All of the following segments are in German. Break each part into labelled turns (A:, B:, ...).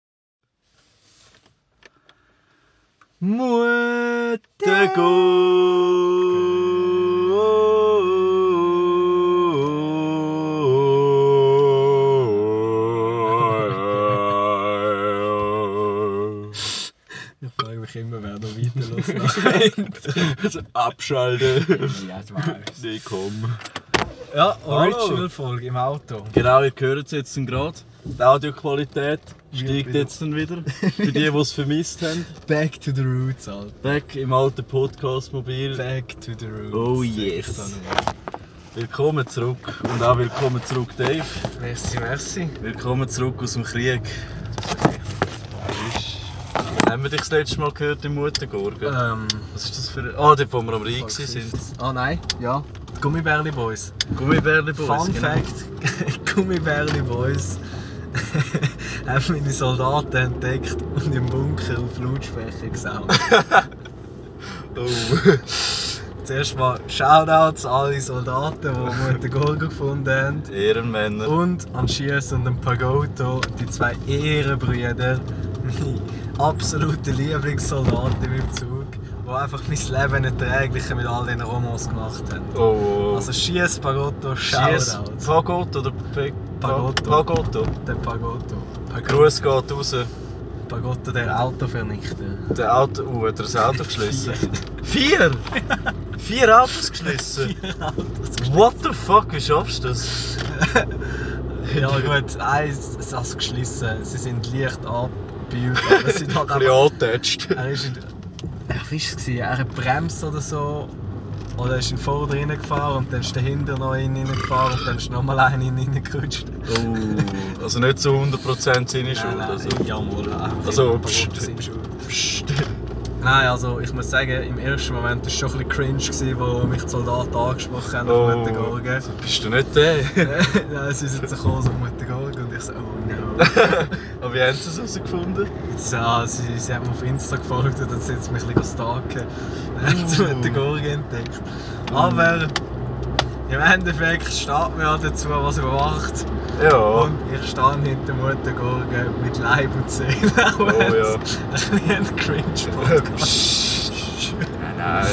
A: Da frage ich mich immer, wer da weiter losmacht.
B: Also abschalten.
A: ja, das war's.
B: Nee, komm.
A: Ja,
B: Hallo.
A: Original-Folge im Auto.
B: Genau, ihr hört es jetzt gerade. Die Audioqualität steigt
A: wieder.
B: jetzt dann wieder. Für die, die es vermisst haben.
A: Back to the roots, Alter.
B: Back im alten Podcast-Mobil.
A: Back to the roots.
B: Oh, yes.
A: Sag ich da
B: Willkommen zurück. Und auch willkommen zurück, Dave.
A: nur. Merci, merci.
B: Willkommen zurück aus dem Krieg. Haben wir dich das letzte Mal gehört im Muttergurgen?
A: Ähm,
B: Was ist das für. Ah, dort, wo wir am Rhein waren.
A: Ah nein, ja. Gummibärli Boys. genau.
B: Gummibärli
A: Fun
B: genau.
A: Fact: Gummibärli Boys haben meine Soldaten entdeckt und im Bunker auf Lautsprecher gesaugt.
B: Oh.
A: Zuerst mal Shoutouts an alle Soldaten, die den Gorgo gefunden haben.
B: Ehrenmänner.
A: Und an Schiers und an Pagoto, die zwei Ehrenbrüder, meine absoluten Lieblingssoldaten in meinem Zug, die einfach mein Leben erträglicher mit all den Romans gemacht haben.
B: Oh, oh.
A: Also Schiers, Pagotto,
B: Schiess-
A: Shoutouts.
B: Pagotto oder Pe
A: Pagotto.
B: Pagotto.
A: Der Pagotto.
B: Gruß geht raus.
A: Pagotto, der Autovernichter.
B: Der Auto. Oh, hat er das Auto geschlissen? Vier! Vier Autos geschlissen? What the fuck, wie schaffst du das?
A: Ja gut, eins ist das geschlossen. Sie sind leicht abgebildet, aber sie sind halt
B: Ein bisschen
A: einfach Äh,
B: angetatscht.
A: Er ist in. Er ist es Er hat bremst oder so. Oder er ist in vorne reingefahren und dann ist dahinter noch einen reingefahren und dann ist nochmal einer in ihn reingerutscht.
B: Oh, also nicht zu 100% seine Schuld. Also.
A: Jawohl.
B: Also,
A: pst.
B: pst. Psst.
A: Nein, also ich muss sagen, im ersten Moment war es schon ein bisschen cringe, gewesen, wo mich die Soldaten angesprochen haben
B: Oh.
A: auf Mutter Gorge.
B: Bist du nicht der?
A: Nein, sie sind so gekommen, so auf Mutter Gorge und ich so, oh no.
B: Aber wie haben sie es herausgefunden?
A: Ja, sie, sie hat mir auf Insta gefolgt und dann sind sie mich ein bisschen stalken. Dann haben sie
B: Uh.
A: mit der Gurke entdeckt.
B: Mm.
A: Aber im Endeffekt steht mir ja dazu, was überwacht.
B: Ja.
A: Und ich stand hinter Mutter Gurke mit Leib und Seele. Auch
B: Oh
A: wenn
B: ja.
A: es ein cringe Podcast
B: Psst. Nein,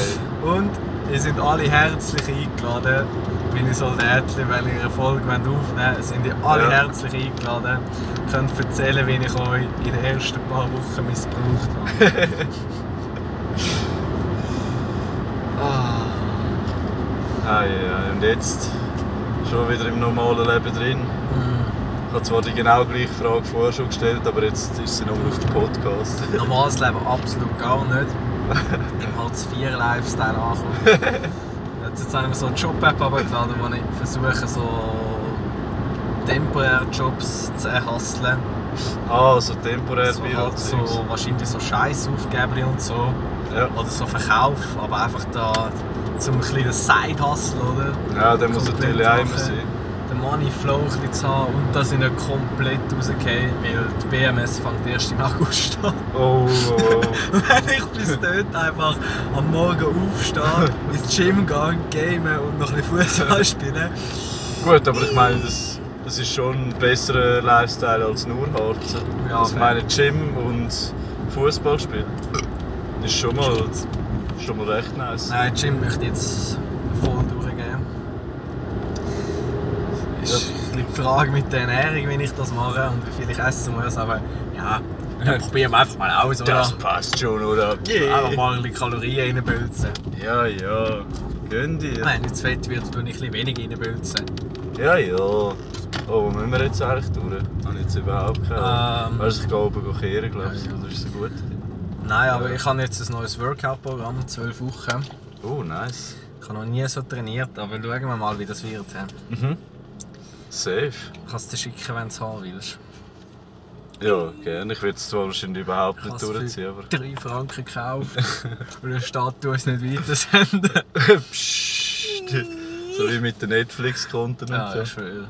B: nein.
A: Und ihr seid alle herzlich eingeladen. Meine Soldaten, wenn ihr eine Folge wollt aufnehmen wollt, sind ihr alle
B: Ja.
A: herzlich eingeladen. Ihr könnt erzählen, wie ich euch in den ersten paar Wochen missbraucht habe. ah.
B: Ei, ei, Und jetzt schon wieder im normalen Leben drin.
A: Mm.
B: Ich habe zwar die genau gleiche Frage vorher schon gestellt, aber jetzt ist sie nur auf dem Podcast.
A: Normales Leben absolut gar nicht. Im Hartz-IV-Lifestyle ankommen. Jetzt, jetzt haben wir so einen Job-App runtergeladen, wo ich versuche, so temporär Jobs zu erhasseln.
B: Ah, so also temporär
A: so,
B: Büro.
A: halt so wahrscheinlich so Scheißaufgaben und so
B: Ja.
A: oder so Verkauf, aber einfach da zum ein bisschen das Side-Hustle, oder?
B: ja, der muss
A: Komplett
B: natürlich auch immer
A: machen.
B: sein.
A: Den Money Flow ein bisschen zu haben und dass ich nicht komplett rausgehe, weil die BMS fängt erst im August an.
B: Oh, oh, oh.
A: Wenn ich bis dort einfach am Morgen aufstehe, ins Gym gehen, gamen und noch ein bisschen Fußball spielen,
B: Gut, aber ich meine, das, das ist schon ein besserer Lifestyle als nur Harzen.
A: Ja,
B: also, ich
A: fair.
B: meine, Gym und Fußball spielen ist schon mal, schon mal recht nice.
A: Nein, Jim möchte ich jetzt voll durchgehen. Ist die Frage mit der Ernährung, wie ich das mache und wie viel ich essen muss, aber ja, dann probieren wir einfach mal aus, oder?
B: Das passt schon, oder?
A: Einfach mal ein bisschen Kalorien reinbülzen.
B: Ja, ja. Gönn dir.
A: Wenn ich zu fett wird, tue ich ein bisschen weniger reinbülzen.
B: Ja, ja. Oh, wo müssen wir jetzt eigentlich durch? Habe ich jetzt überhaupt keine Ahnung.
A: Ähm.
B: Weißt du, ich gehe oben kehren, glaubst du?
A: Ja, ja.
B: Das ist so gut.
A: Nein, aber ich habe jetzt ein neues Workout-Programm, 12 Wochen.
B: Oh, nice.
A: Ich habe noch nie so trainiert, aber schauen wir mal, wie das wird. Ich
B: Mhm. Safe.
A: kann es dir schicken, wenn du es haben willst.
B: Ja, gerne. Ich würde es zwar wahrscheinlich überhaupt
A: Ich
B: nicht
A: habe es
B: durchziehen,
A: für
B: aber.
A: 3 Franken gekauft und dann steht, du es nicht weitersenden.
B: Psst. So wie mit den Netflix-Konten
A: Ja,
B: und
A: ich
B: so.
A: schwöre.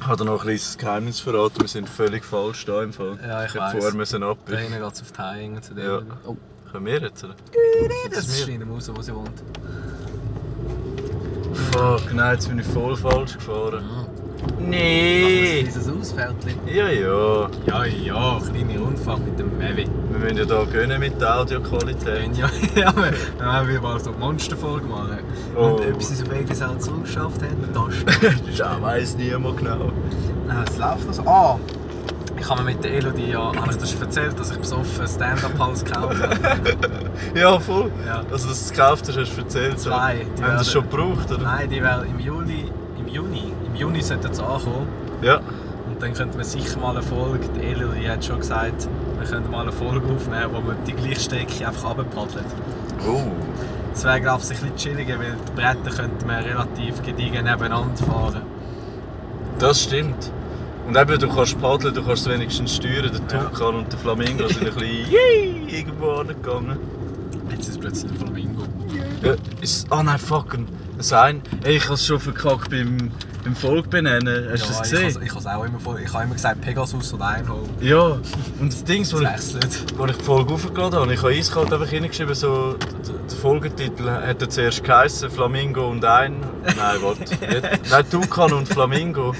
B: Ich habe da noch ein kleines Geheimnis verraten. Wir sind völlig falsch da im Fall.
A: Ja, ich
B: hätte
A: weiss.
B: vorher müssen
A: Da
B: abbiegen.
A: hinten geht es auf die Haie zu dem.
B: Ja.
A: Oh,
B: Können wir jetzt? Oder?
A: das
B: ist
A: ist Mhm.
B: mir-
A: in dem Haus, wo sie wohnt.
B: Fuck, nein, jetzt bin ich voll falsch gefahren.
A: Machen wir
B: Nee!
A: dieses Ausfältchen.
B: Ja, ja.
A: Ja, ja, kleine Rundfahrt mit dem Mavic.
B: Wir müssen ja hier gönnen mit der Audioqualität.
A: Ja, ja, wir- dann haben wir mal so Monsterfolge machen.
B: Oh.
A: Und ob sie es auf irgendeine Seite zugeschafft haben, das ist
B: Das weiss niemand genau.
A: Äh, Was läuft das? Ah! Ich habe mir mit der Elodie ja, habe ich das schon erzählt, dass ich besoffen Stand-Up-Hals gekauft habe.
B: Ja, voll.
A: Ja.
B: Also, dass du es gekauft hast, hast du erzählt. so.
A: Zwei, die
B: Haben
A: werden-
B: wir es schon gebraucht, oder?
A: Nein, die wäre im Juli, im Juni, im Juni sollte es ankommen.
B: Ja.
A: Und dann könnten wir sicher mal eine Folge, die Elodie hat schon gesagt, wir könnten mal eine Folge aufnehmen, wo wir die gleiche Strecke einfach runterpaddeln.
B: Oh.
A: Das wäre, glaube ich, ein bisschen chilliger, weil die Bretter könnten wir relativ gediegen nebeneinander fahren.
B: Das stimmt. Und eben, du kannst paddeln, du kannst es wenigstens steuern. Der
A: Ja.
B: Tukan und der Flamingo sind ein bisschen yay, irgendwo angegangen.
A: Jetzt ist es plötzlich ein Flamingo.
B: Ja, ist, ah nein, fucking. Das ein. Ey, ich habe es schon verkackt beim, beim Volk benennen. Hast du
A: ja,
B: das
A: ich has-
B: gesehen?
A: Ich habe es auch immer voll. Ich habe immer gesagt Pegasus und Einhorn.
B: Ja. Und das Ding, wo
A: Das
B: ich,
A: wechselt.
B: wo ich die Folge aufgeladen habe, ich habe eiskalt einfach hingeschrieben, so, d- d- der Folgetitel hat er zuerst geheissen, Flamingo und ein. Nein, warte. nicht. Nein, Tukan und Flamingo.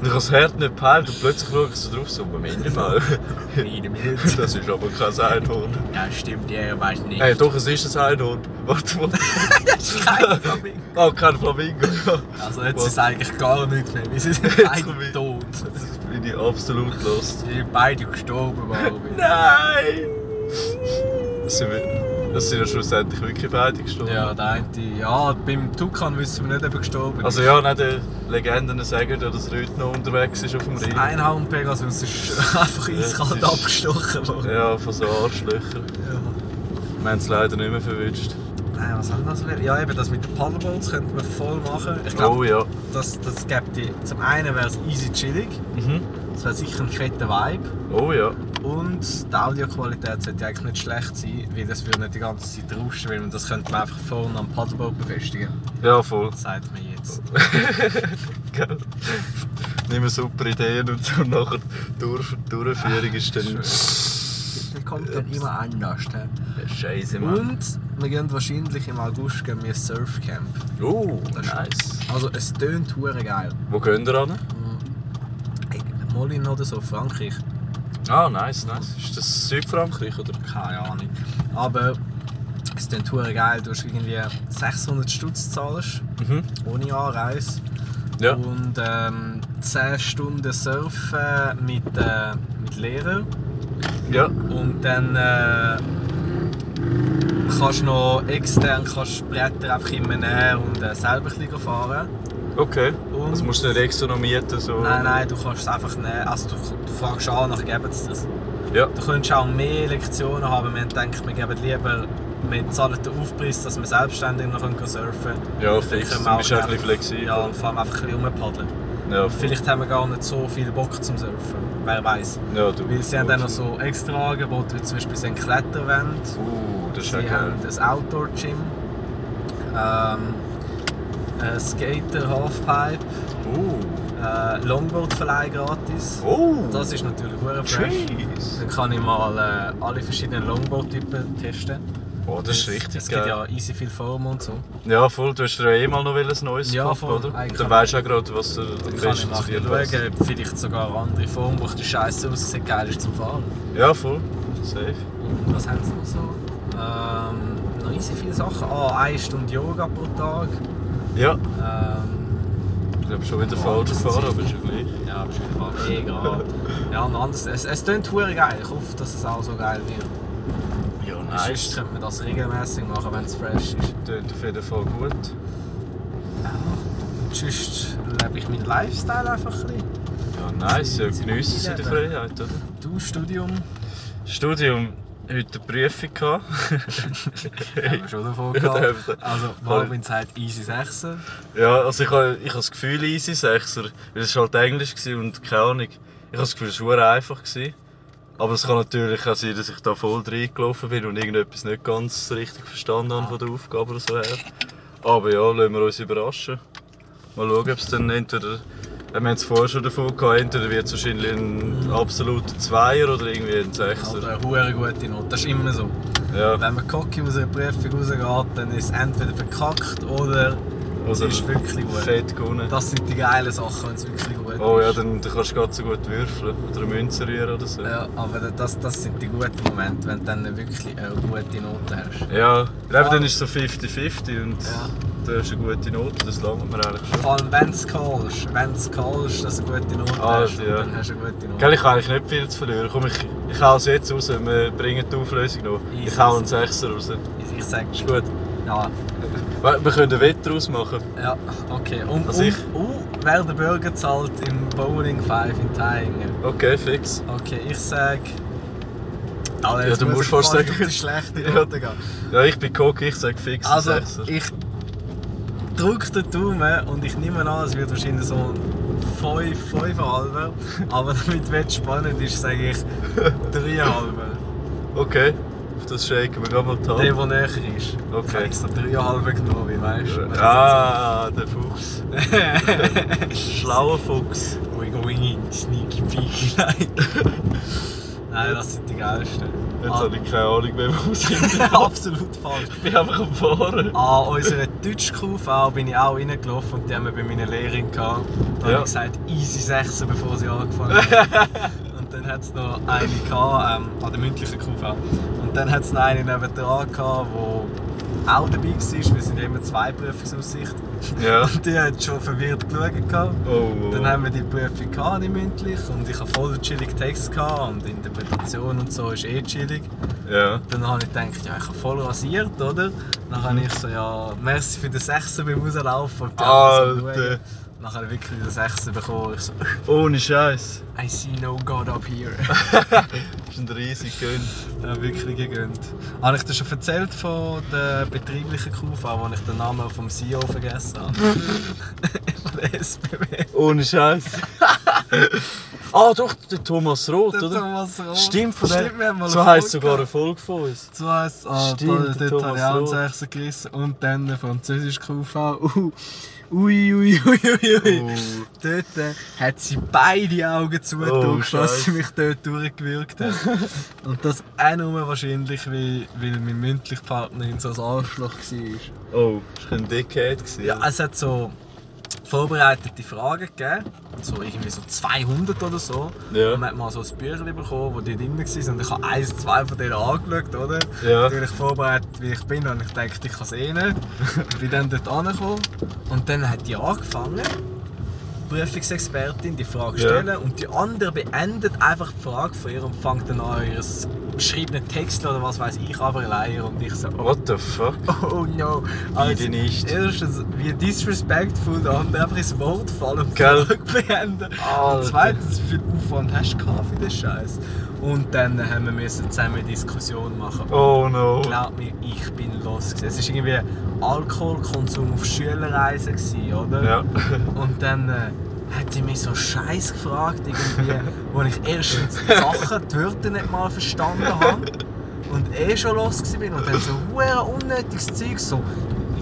B: Und ich habe das Herd nicht peilt und plötzlich schaue ich so drauf, so, Moment mal.
A: Meine Milz.
B: Das ist aber kein Einhorn.
A: Ja, stimmt, ja, weiß nicht.
B: Hey, doch, es ist ein Einhorn. Warte, warte.
A: das ist kein Flamingo.
B: Ah, kein Flamingo. Ja.
A: Also jetzt
B: Was?
A: ist eigentlich gar nichts mehr. Wir sind
B: komm
A: beide
B: ich.
A: tot.
B: Das bin ich absolut lost.
A: Wir sind beide gestorben, Marvin.
B: Nein! Das sind, wir, das sind ja schlussendlich wirklich beide gestorben.
A: Ja, der eine, ja, beim Tukan wissen wir nicht, ob er gestorben ist.
B: Also ja, nicht die Legenden sagen ja, dass Rüd noch unterwegs ist auf dem
A: Das
B: Rhein.
A: Einhorn Pegasus ist einfach
B: Ja, das
A: eiskalt
B: ist-
A: abgestochen worden.
B: Ja, von so Arschlöchern.
A: Ja.
B: Wir haben es leider nicht mehr verwünscht.
A: Nein, was haben wir noch? Ja, eben das mit den Paddleboards könnten wir voll machen. Ich glaube,
B: Oh ja.
A: das, das gäbe die... Zum einen wäre es easy chillig.
B: Mhm.
A: Das wäre sicher ein fetter Vibe.
B: Oh ja.
A: Und die Audioqualität sollte eigentlich nicht schlecht sein, weil das würde nicht die ganze Zeit rauschen, weil man das könnte man einfach vorne am Paddleboard befestigen.
B: Ja, voll.
A: Das sagt mir jetzt.
B: Gell? Nicht mehr super Ideen und dann nachher die Durch Durchführung ist dann...
A: Dann kommt dann immer anders. hä?
B: Scheiße, Mann.
A: Und wir gehen wahrscheinlich im August gehen wir ins Surfcamp.
B: Oh,
A: Das ist-
B: nice.
A: Also es tönt hure geil.
B: Wo gehen wir hin?
A: Hm. Hey, Molin oder so, Frankreich.
B: Ah, nice, nice. Ist das Südfrankreich, oder?
A: Keine Ahnung. Aber es tönt hure geil. Du hast irgendwie 600 Stutz zahlst,
B: Mhm.
A: ohne Anreise.
B: Ja.
A: Und ähm, 10 Stunden Surfen mit, äh, mit Lehrer.
B: Ja.
A: Und dann äh, kannst du noch extern kannst Bretter einfach immer nehmen und äh, selber ein bisschen fahren.
B: Okay.
A: Und-
B: Das musst du nicht extra noch mieten, so.
A: Nein, nein, du kannst es einfach nehmen. Also du, du fragst an, nachher geben sie das.
B: Ja.
A: Du könntest auch mehr Lektionen haben. Wir haben gedacht, wir geben lieber, wir zahlen den Aufpreis, dass wir selbstständig noch können surfen können.
B: Ja, fix.
A: können
B: Du
A: wir auch
B: bist auch ein bisschen
A: einfach-
B: flexibel.
A: Ja, und vor allem einfach ein bisschen rumpaddeln.
B: Ja, voll.
A: Vielleicht haben wir gar nicht so viel Bock zum Surfen. Wer weiß.
B: Ja, du.
A: Weil sie haben auch noch so extra Angebote, wie zum Beispiel sie haben Kletterwände.
B: Uh, das ist ja
A: Sie haben
B: geil.
A: ein Outdoor-Gym, ähm, ein Skater-Halfpipe,
B: Uh.
A: äh, Longboard-Verleih gratis.
B: Oh.
A: Das ist natürlich sehr fresh.
B: Cheese.
A: Dann kann ich mal äh, alle verschiedenen Longboard-Typen testen.
B: Oh, das ist richtig
A: Es gibt
B: geil.
A: ja easy viel Form und so.
B: Ja, voll. Du hast dir ja eh mal noch ein neues
A: Ja,
B: gekauft,
A: voll.
B: oder? Und
A: Eigentlich
B: dann weißt du auch gerade, was dir am
A: Dann kann ich
B: besten
A: mal
B: zu
A: ein
B: dir
A: bisschen
B: passt.
A: schauen, ob vielleicht sogar eine andere Form, wo die Scheiße aussieht, geil ist zum Fahren.
B: Ja, voll. Safe.
A: Und was haben sie noch so? Ähm, noch easy viele Sachen. Ah, eine Stunde Yoga pro Tag.
B: Ja.
A: Ähm,
B: Ich glaube schon wieder
A: Oh,
B: falsch
A: das ist
B: gefahren, aber
A: richtig.
B: ist ja gleich.
A: Ja, das ist einfach mega. ja, und anders. Es, es klingt hure geil. Ich hoffe, dass es auch so geil wird.
B: Ja,
A: Sonst könnte man das regelmäßig machen, wenn es fresh ist.
B: Tönt auf jeden Fall gut.
A: Und sonst lebe ich meinen Lifestyle einfach ein bisschen.
B: Ja, nice. Ja, geniessen sie die
A: Leben.
B: Freiheit, oder?
A: Du, Studium.
B: Studium, heute eine Prüfung gehabt.
A: Haben wir schon davon
B: Ja,
A: gehabt.
B: eben.
A: Also, Marvin sagt easy 6.
B: ja, also ich habe ich habe das Gefühl, easy 6er, weil es war halt Englisch gewesen und keine Ahnung. Ich habe das Gefühl, es war verdammt einfach. Gewesen. Aber es kann natürlich auch sein, dass ich da voll reingelaufen bin und irgendetwas nicht ganz richtig verstanden habe von der Aufgabe oder so her. Aber ja, lassen wir uns überraschen. Mal schauen, ob es dann entweder... Wir haben es vorher schon davon gehabt, entweder wird es wahrscheinlich ein absoluter Zweier oder irgendwie ein
A: Also,
B: Sechser.
A: eine hure gute Note. Das ist immer so.
B: Ja,
A: Wenn man cocky aus einer Prüfung rausgeht, dann ist es entweder verkackt oder Das
B: Also
A: ist wirklich gut.
B: fett gewonnen.
A: Das sind die geilen Sachen, wenn es wirklich gut
B: Oh ja,
A: ist.
B: dann, dann kannst du gerade so gut würfeln oder eine Münze rühren oder so.
A: ja, aber das, das sind die guten Momente, wenn du dann wirklich eine gute Note hast.
B: Ja,
A: Vor
B: aber
A: allem-
B: dann ist es so 50-50 und
A: Ja.
B: da hast du eine gute Note, das langt mir eigentlich schon.
A: Vor allem, wenn du callst. Wenn du callst, dass du eine gute Note
B: Ah,
A: hast,
B: ja.
A: dann hast du eine gute Note.
B: Gell, ich habe eigentlich nicht viel zu verlieren. Komm, ich, ich hau es jetzt raus, wir bringen die Auflösung noch.
A: Easy,
B: Ich hau einen
A: easy.
B: Sechser raus.
A: Ich, ich sag,
B: Ist gut.
A: ja,
B: Wir, wir können ein Wett daraus machen.
A: ja, okay. Und,
B: Also
A: und,
B: ich-
A: uh, wer den Bürger zahlt im Bowling 5 in Thaigen?
B: Okay, fix.
A: Okay, ich sag... Also,
B: Ja,
A: jetzt
B: du
A: muss
B: musst
A: ich
B: fast
A: auf
B: sagen-
A: die schlechte
B: Ja.
A: Note gehen.
B: Ja, ich bin cocky, ich sage fix einen
A: Also,
B: Sechser.
A: ich drücke den Daumen und ich nehme an, es wird wahrscheinlich so 5, 5 halber. Aber damit es spannend ist, sage ich 3 halber.
B: Okay, auf das shaken wir gerade mal die
A: Der,
B: Hand.
A: der näher ist.
B: Okay.
A: Ich habe extra 3 halber genommen, wie weißt du?
B: Ah, der Fuchs. Schlauer Fuchs.
A: We're going in, sneaky peaky. Nein. Nein, das sind die geilsten.
B: Jetzt habe ich keine Ahnung mehr, wo wir sind.
A: Ah, Absolut falsch.
B: Ich bin einfach am Fahren.
A: An unserer Deutsch-QV bin ich auch reingelaufen und die haben wir bei meiner Lehrerin gehabt. Da
B: Ja.
A: habe ich gesagt, easy 6, bevor sie angefangen hat. und dann hat es noch eine gehabt, ähm, an der mündlichen QV. Und dann hat es noch eine nebendran gehabt, die auch dabei war. Wir sind ja immer zwei Prüfungsaussicht.
B: Ja.
A: Und die hat schon verwirrt geschaut. gehabt.
B: Oh, oh.
A: Dann haben wir die Prüfung gehabt, die mündlich und ich habe voll chillig Text gehabt und Interpretation und so ist eh chillig.
B: Ja.
A: Dann habe ich gedacht, ja, ich habe voll rasiert, oder? Dann habe ich so, ja, merci für den Sechser beim Rauslaufen und die anderen so
B: Alter.
A: schauen. Dann habe ich wirklich den Sechser bekommen. Ich so,
B: Ohne Scheiß.
A: I see no God up here.
B: Das ist ein riesig Gönn.
A: ja, wirklich gegönnt. Habe ich dir schon erzählt von der betrieblichen QV, wo ich den Namen vom CEO vergessen habe? von der SBB.
B: Ohne Scheiß. ah, doch, der Thomas Roth,
A: Der
B: oder?
A: Thomas Roth.
B: Stimmt, von
A: Stimmt, wir haben mal
B: der. So
A: eine
B: heisst
A: Folge
B: sogar eine
A: gehabt.
B: Folge von uns.
A: So heisst es.
B: Stimmt,
A: Stimmt,
B: der
A: dort habe
B: Thomas
A: ich auch einen
B: Roth.
A: Sechser gerissen und dann eine französische QV. Uh, ui, ui, ui, ui, ui.
B: Oh.
A: Dort äh, hat sie beide Augen
B: Oh,
A: zugedrückt, dass
B: Scheiße.
A: sie mich dort durchgewürgt hat. und das auch nur wahrscheinlich, weil, weil mein mündlicher Partnerin so ein Arschloch war.
B: Oh, das war ein Dickhead. gewesen.
A: Ja, es hat so vorbereitete Fragen gegeben, so irgendwie so 200 oder so.
B: Ja.
A: Und man hat mal so ein Büchlein bekommen, wo die drin waren und ich habe eins, zwei von denen angeschaut, oder?
B: Ja.
A: Natürlich vorbereitet, wie ich bin, und ich dachte, ich kann es eh nicht. bin dann dort angekommen und dann hat die angefangen, die Prüfungsexpertin, die Frage
B: Ja.
A: stellen und die andere beendet einfach die Frage von ihr und fängt dann an, ihr geschriebenen Text oder was weiß ich, aber allein und ich so,
B: What the fuck?
A: Oh no.
B: Beide nicht.
A: Erstens, wie disrespectful da und einfach ins Wort fallen und
B: Gell?
A: Frage beenden.
B: Alter.
A: Und zweitens, wie viel Aufwand hast du gehabt für den Scheiß? Und dann haben wir müssen zusammen eine Diskussion machen.
B: Oh no.
A: Glaub mir, ich bin los. gewesen. Es war irgendwie Alkoholkonsum auf Schülerreisen, gewesen, oder?
B: Ja.
A: Und dann äh, hat sie mich so Scheiß gefragt, irgendwie, wo ich erstens die Sachen, die Wörter nicht mal verstanden habe und eh schon los gewesen bin und dann so huere unnötiges Zeug so.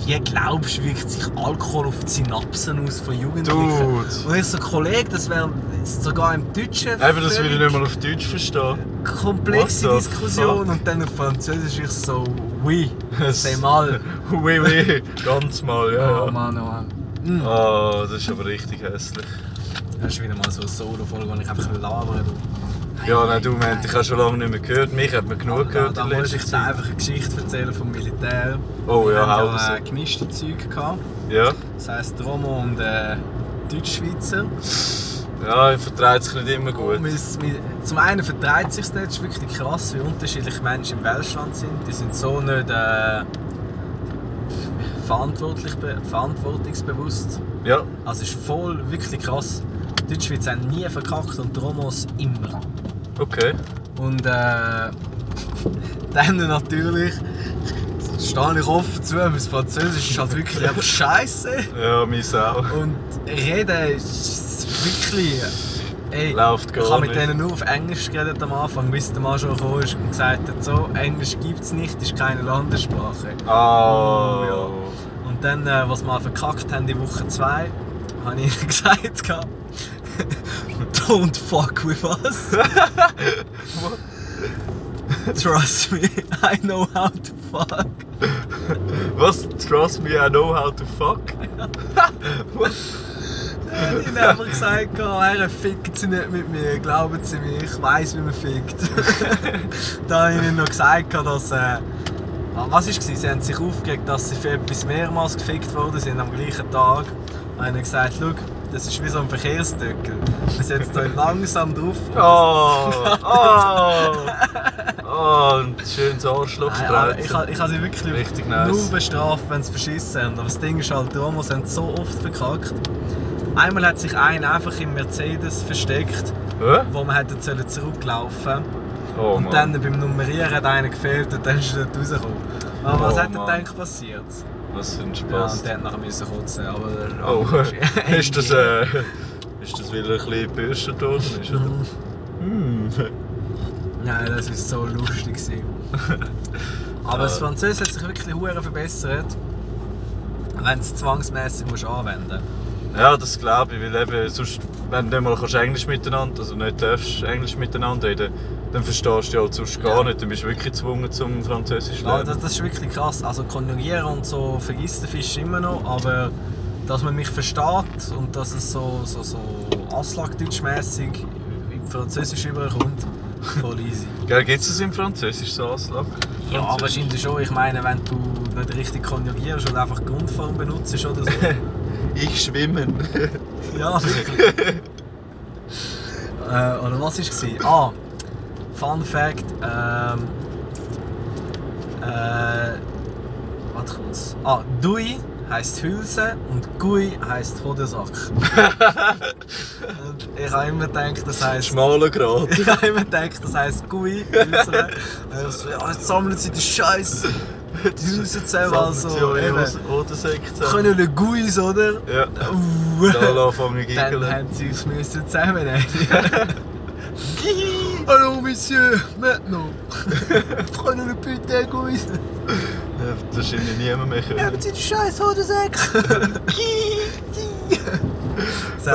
A: Wie glaubst du, wirkt sich Alkohol auf die Synapsen aus von Jugendlichen?
B: Dude.
A: Und ich so, Kollege, das wäre sogar im Deutschen
B: Eben, das würde ich
A: völlig
B: nicht mal auf Deutsch verstehen.
A: komplexe
B: What the
A: Diskussion
B: fuck?
A: und dann auf Französisch ich so, oui,
B: Es-
A: c'est mal.
B: Ui, ui. Ganz mal, ja.
A: Oh
B: ja.
A: Mann, oh Mann. Mm.
B: Ah, das ist aber richtig hässlich.
A: Das ist wieder mal so eine Solo-Folge, wo ich einfach labere.
B: Ja, nein, du, Moment, ich habe schon lange nicht mehr gehört. Mich hat man genug
A: da,
B: gehört.
A: da
B: in
A: muss
B: letzter
A: ich dir
B: Zeit.
A: einfach eine Geschichte erzählen vom Militär.
B: Oh
A: Wir
B: ja,
A: haben
B: hau
A: ja
B: raus.
A: äh, gemischte Zeug gehabt.
B: Ja.
A: Das heisst Romo und äh, Deutschschweizer.
B: Ja, ich vertreibe es nicht immer
A: Und
B: gut.
A: mein- mein- Zum einen vertreibt es sich nicht, es ist wirklich krass, wie unterschiedlich Menschen im Weltstand sind. Die sind so nicht äh, verantwortlich, be- verantwortungsbewusst.
B: Ja.
A: Also es ist voll, wirklich krass. Die Deutschschweiz haben nie verkackt und die Romos immer.
B: Okay.
A: Und äh, dann natürlich stehe ich offen zu, mein Französisch ist halt wirklich einfach scheiße.
B: Ja, mein auch.
A: Und reden ist wirklich. Ey,
B: Läuft
A: ich
B: gar
A: habe mit
B: nicht.
A: denen nur auf Englisch geredet am Anfang, bis der Mann schon gekommen ist und gesagt hat, so, Englisch gibt es nicht, ist keine Landessprache.
B: Oh. Ah.
A: Oh, Und dann, äh, was wir mal verkackt haben in Woche 2, habe ich ihnen gesagt, gehabt, don't fuck with us. Trust me, I know how to fuck.
B: Was? Trust me, I know how to fuck?
A: Er hat ihnen einfach gesagt, oh, er fickt sie nicht mit mir, glauben sie mir, ich weiss, wie man fickt. Dann habe ich ihnen noch gesagt, dass. Äh, was war es? Sie haben sich aufgeregt, dass sie für etwas mehrmals gefickt wurden, sind am gleichen Tag. Ich habe ihnen gesagt, schau, das ist wie so ein Verkehrsdeckel. Man setzt da langsam drauf. und das-
B: Oh! Oh! Oh, ein schönes Arschloch
A: Nein, aber ich,
B: spreizen.
A: kann- ich kann sie wirklich
B: Richtig
A: nur
B: nice.
A: bestraft, wenn sie verschissen haben. Aber das Ding ist halt, die Homos haben so oft verkackt. Einmal hat sich einer einfach im Mercedes versteckt,
B: Hä?
A: wo man hätte sollen zurücklaufen
B: Oh
A: Und dann
B: Mann,
A: beim Numerieren hat einer gefehlt und dann ist er nicht rausgekommen. Aber was
B: Oh,
A: hat er
B: Mann.
A: gedacht passiert?
B: was für ein
A: Ja,
B: Spaß.
A: und der hat nachher müssen kotzen, aber...
B: Oh,
A: aber-
B: ist das, äh, ist das wieder ein bisschen gebürstet worden? Ist, oder?
A: Mhm.
B: Hm.
A: Nein, das war so lustig. gewesen. aber das
B: Ja.
A: Französisch hat sich wirklich hure verbessert, wenn du es zwangsmässig musst anwenden
B: Ja, das glaube ich, weil eben, sonst, wenn du nicht mal kannst Englisch miteinander, also nicht darfst Englisch miteinander reden, dann verstehst du ja halt sonst gar
A: Ja.
B: nicht, dann bist du wirklich gezwungen zum Französisch zu
A: Ja,
B: lernen.
A: Äh, das, das ist wirklich krass. Also konjugieren und so vergisst der Fisch immer noch, aber dass man mich versteht und dass es so, so, so Aslak-Deutsch-mässig im Französisch überkommt, voll easy.
B: Gell, gibt es das im Französisch, so Aslak?
A: ja, wahrscheinlich schon. Ich meine, wenn du nicht richtig konjugierst und einfach die Grundform benutzt oder so.
B: Ich schwimmen.
A: ja, wirklich. äh, oder was war es? Ah, Fun Fact. Ähm, äh, was kommt's? Ah, Dui heisst Hülse und Gui heisst Hodensack. und ich habe immer gedacht, das heisst.
B: Schmaler Grad.
A: Ich habe immer gedacht, das heisst Gui, Hülse. Und ich so, ja, jetzt sammeln sie die Scheiße. Die Hülse zusammen, also.
B: eh
A: Eben,
B: Oder Sekt
A: können wir Guis, oder?
B: Ja,
A: Uh.
B: da anfangen zu
A: Dann
B: giggeln.
A: haben sie uns müssen zusammennehmen. Hallo Monsieur, maintenant. Prenez le putain Guis.
B: Das scheint niemand mehr können.
A: Haben Sie den scheiß Hodensack? Das haben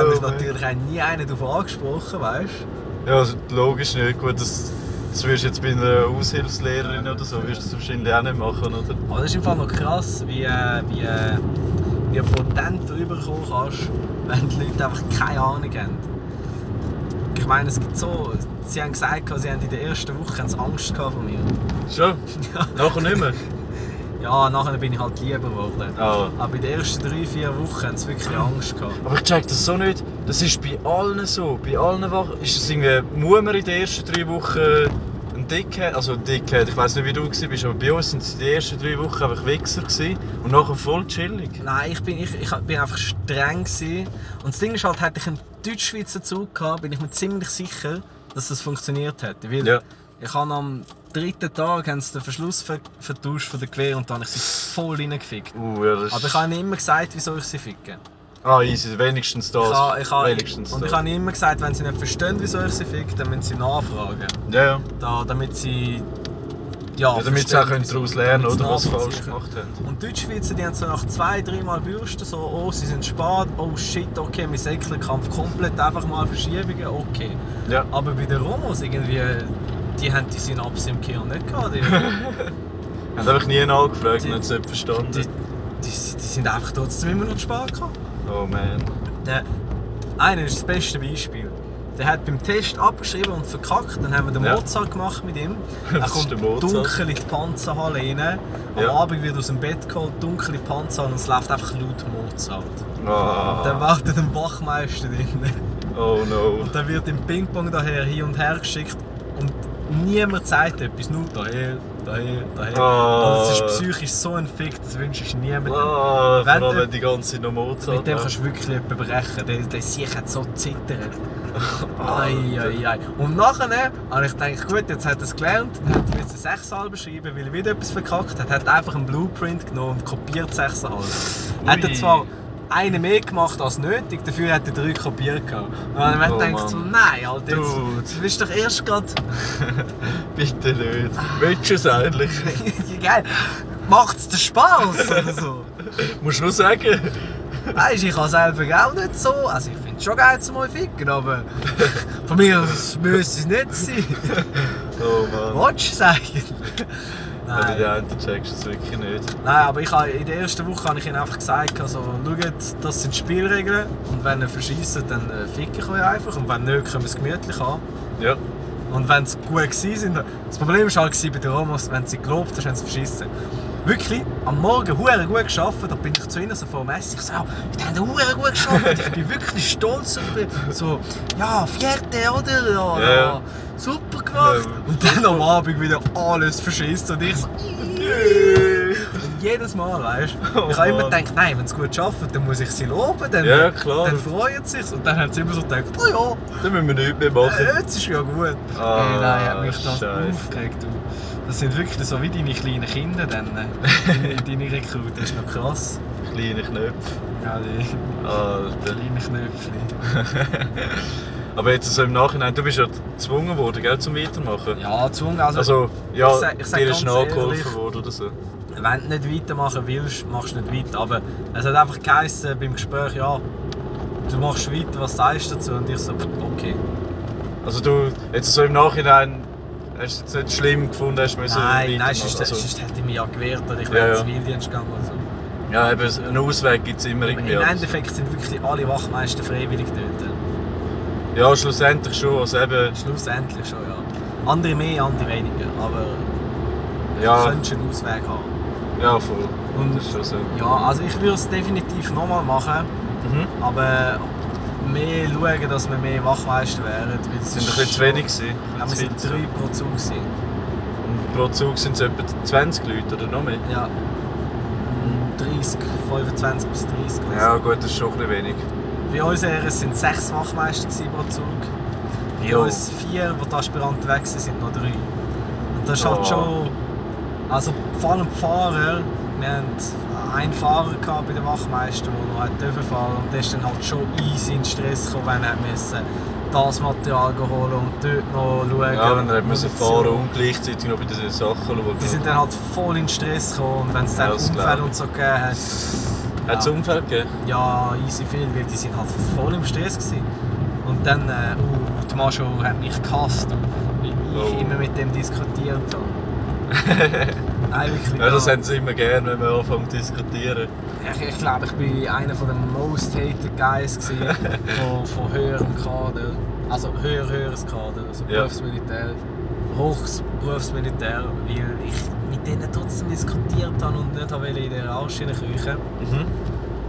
B: Oh
A: mich
B: Mann.
A: natürlich auch nie einer darauf angesprochen, weißt du?
B: Ja, also logisch nicht. Gut, das, das wirst du jetzt bei einer Aushilfslehrerin oder so, wirst du das wahrscheinlich auch nicht machen, oder?
A: Aber das ist im Fall noch krass, wie, äh, wie, äh, wie potent du rüberkommen kannst, wenn die Leute einfach keine Ahnung haben. Ich meine, es gibt so... Sie haben gesagt, sie haben in der ersten Woche haben sie Angst gehabt von mir.
B: Schon? Nachher nicht mehr?
A: Ja, nachher bin ich halt lieber geworden.
B: Ah.
A: Aber in den ersten drei, vier Wochen haben sie wirklich Angst gehabt.
B: Aber ich check das so nicht. Das ist bei allen so. Bei allen Wochen ist das irgendwie, muss man in den ersten drei Wochen äh, ein Dickhead, also ein Dickhead, ich weiss nicht wie du warst, aber bei uns waren es die ersten drei Wochen einfach Wichser gewesen und nachher voll chillig.
A: Nein, ich bin, ich, ich bin einfach streng. Gewesen. Und das Ding ist halt, hätte ich einen Deutschschweizer Zug gehabt, bin ich mir ziemlich sicher, dass das funktioniert hätte. Weil
B: Ja.
A: ich habe am dritten Tag haben sie den Verschluss ver vertauscht von der Gewehr und dann habe ich sie voll reingefickt.
B: Uh, ja, das ist...
A: Aber ich habe ihnen immer gesagt, wieso ich sie ficke.
B: Ah, easy, wenigstens das.
A: Ich habe, ich habe,
B: wenigstens
A: und
B: das.
A: ich habe ihnen immer gesagt, wenn sie nicht verstehen, wieso ich sie ficke, dann müssen sie nachfragen.
B: ja, ja.
A: Da, damit sie... Ja,
B: ja damit sie
A: verstehen,
B: auch können
A: wieso-
B: daraus lernen
A: damit sie
B: oder was sie
A: nachvollziehen
B: falsch
A: können.
B: gemacht haben.
A: Und die Deutschschweizer, die haben so nach zwei, dreimal Bürsten so, oh, sie sind spät, oh shit, okay, mein Säckelkampf komplett einfach mal Verschiebungen, okay.
B: Ja.
A: Aber bei den Romos irgendwie, die haben die Synapse im Gehirn nicht gehabt. Die, die,
B: Haben einfach nie nachgefragt
A: Die-
B: und haben es nicht verstanden.
A: die, die sind einfach trotzdem immer noch spät gehabt.
B: oh man.
A: Der, einer ist das beste Beispiel. Der hat beim Test abgeschrieben und verkackt, dann haben wir den
B: Ja.
A: Mozart gemacht mit ihm. Er
B: Das ist
A: kommt
B: der Mozart.
A: dunkel in die Panzerhalle rein, am
B: Ja.
A: Abend wird er aus dem Bett geholt, dunkel in die Panzerhalle und es läuft einfach laut Mozart. Dann
B: Ah,
A: wartet ein Wachmeister drin.
B: oh no.
A: Und dann wird im Ping-Pong daher hin und her geschickt. Und niemand sagt etwas, nur daher, daher, daher.
B: Ah.
A: Also es ist psychisch so ein Fick, das wünschst du niemandem.
B: Ah,
A: Wenn
B: vor allem
A: der-
B: wenn die ganze Zeit noch Mozart
A: Mit dem
B: läuft.
A: kannst du wirklich jemanden brechen. Der, der Sieg hat so zittert.
B: Alter.
A: Ai, ai, ai. Und nachher habe ich gedacht, gut, jetzt hat er es gelernt, dann hat er jetzt eine 6,5 beschrieben, weil er wieder etwas verkackt hat. hat einfach einen Blueprint genommen und kopiert 6,5. Hat er
B: Ui.
A: zwar einen mehr gemacht als nötig, dafür hat er drei kopiert. gehabt. Und dann habe ich
B: Oh,
A: gedacht, so,
B: Mann.
A: nein, Alter, jetzt,
B: Dude.
A: du bist doch erst gerade...
B: Ah, Bitte nicht. Willst du es eigentlich?
A: Geil. Macht's den Spaß oder so?
B: Musst du nur sagen.
A: Weißt ich kann selber auch nicht so. Also ich finde es schon geil zum mal ficken, aber von mir aus müsste es nicht sein.
B: Oh man.
A: Watch es eigentlich.
B: Aber die
A: Nein.
B: einen checkst du es wirklich nicht.
A: Nein, aber ich habe, in der ersten Woche habe ich ihnen einfach gesagt, also, schaut, das sind die Spielregeln und wenn ihr verschießt, dann äh, fick ich euch einfach und wenn nicht, können wir es gemütlich haben.
B: Ja,
A: Und wenn sie gut gewesen sind, das Problem war halt gewesen bei den Romos, wenn sie gelobt hast, haben sie verschissen. Wirklich, am Morgen hure gut geschafft, da bin ich zu ihnen so vor dem Essen, ich so, die haben hure gut geschafft, ich bin wirklich stolz auf die.» So, ja, vierte, oder? Ja,
B: Ja, ja.
A: super gemacht.
B: Ja,
A: Und dann am Abend wieder alles verschissen und ich so, «Ih!» Und jedes Mal, weißt du?
B: Oh
A: ich habe immer
B: Mann.
A: gedacht, nein, wenn sie gut schaffen, dann muss ich sie loben, dann,
B: Ja, klar.
A: dann freuen sie sich. Und dann haben sie immer so gedacht, oh ja,
B: dann müssen wir nichts mehr machen.
A: äh, jetzt ist ja gut.
B: Ah,
A: Ey, nein, hat mich das
B: Scheiße.
A: aufgeregt. Du. Das sind wirklich so wie deine kleinen Kinder dann. äh, Deine, deine Rekruten, das ist noch krass.
B: Kleine Knöpfe.
A: Ja, die
B: Alter.
A: kleinen Knöpfchen.
B: Aber jetzt so im Nachhinein, du bist ja gezwungen worden, gell, zum Weitermachen.
A: Ja, gezwungen. Also,
B: Also, ja,
A: ich sag- ich sag
B: dir ist
A: ganz
B: nachgeholfen
A: ehrlich-
B: worden oder so.
A: wenn du nicht weitermachen willst, machst du nicht weiter. Aber es hat einfach geheißen beim Gespräch, ja, du machst weiter, was sagst du dazu? Und ich so, pff, okay.
B: Also du, jetzt so im Nachhinein, hast du es nicht schlimm gefunden, hast du müssen
A: nein, nein,
B: weitermachen?
A: sonst,
B: also,
A: sonst hätte ich mich ja gewehrt oder ich
B: Ja,
A: wäre
B: ja.
A: in den Zivildienst gegangen oder so.
B: Ja, eben, so einen Ausweg gibt es immer
A: Im
B: irgendwie. also.
A: Endeffekt sind wirklich alle Wachmeister freiwillig dort.
B: Ja, schlussendlich schon, also eben,
A: Schlussendlich schon, ja. Andere mehr, andere weniger, aber du
B: ja,
A: könntest einen Ausweg haben.
B: ja voll.
A: Und-
B: das ist schon so.
A: Ja, also ich würde es definitiv nochmal machen,
B: Mhm.
A: aber mehr schauen, dass wir mehr Wachmeister wären. Weil es
B: Es sind ein
A: ist
B: bisschen zu
A: schon-
B: wenig gewesen.
A: Ja, wir
B: zu
A: sind
B: viel.
A: drei pro Zug. gewesen.
B: Und pro Zug sind es etwa 20 Leute oder noch mehr.
A: Ja. Mm, 30, 25 bis 30. gewesen.
B: Ja gut, das ist schon ein bisschen wenig.
A: Bei uns waren es sind sechs Wachmeister gewesen pro Zug. Bei
B: Jo.
A: uns vier, die die Aspiranten weg waren, sind noch drei. Und das ist
B: Oh.
A: halt schon... Also vor allem die Fahrer, wir hatten einen Fahrer gehabt bei den Wachmeistern, der noch hat dürfen fahren und der ist dann halt schon easy in den Stress gekommen, wenn er musste das Material holen und dort noch schauen.
B: Ja, wenn er
A: und
B: müssen
A: Munition.
B: fahren und gleichzeitig noch bei den Sachen schauen.
A: äh, Die sind dann halt voll in den Stress gekommen und wenn es dann
B: Ja, das glaub
A: Unfälle
B: ich.
A: und so gegeben hat,
B: Hat es
A: Ja.
B: Unfälle gegeben?
A: ja, easy viel, weil die sind halt voll im Stress gewesen. Und dann, äh, uh, die Mascho hat mich gehasst, weil ich
B: Oh.
A: immer mit dem diskutiert habe. Nein, wirklich.
B: Ja, das
A: ja.
B: haben sie immer gern, wenn wir anfangen zu diskutieren.
A: Ich, ich glaube, ich bin einer der most hated Guys gewesen von, von höherem Kader. Also höher, höheres Kader, also
B: Ja.
A: Berufsmilitär, hochs Berufsmilitär, weil ich mit denen trotzdem diskutiert habe und nicht wollte in der Arschine kriechen. Mhm.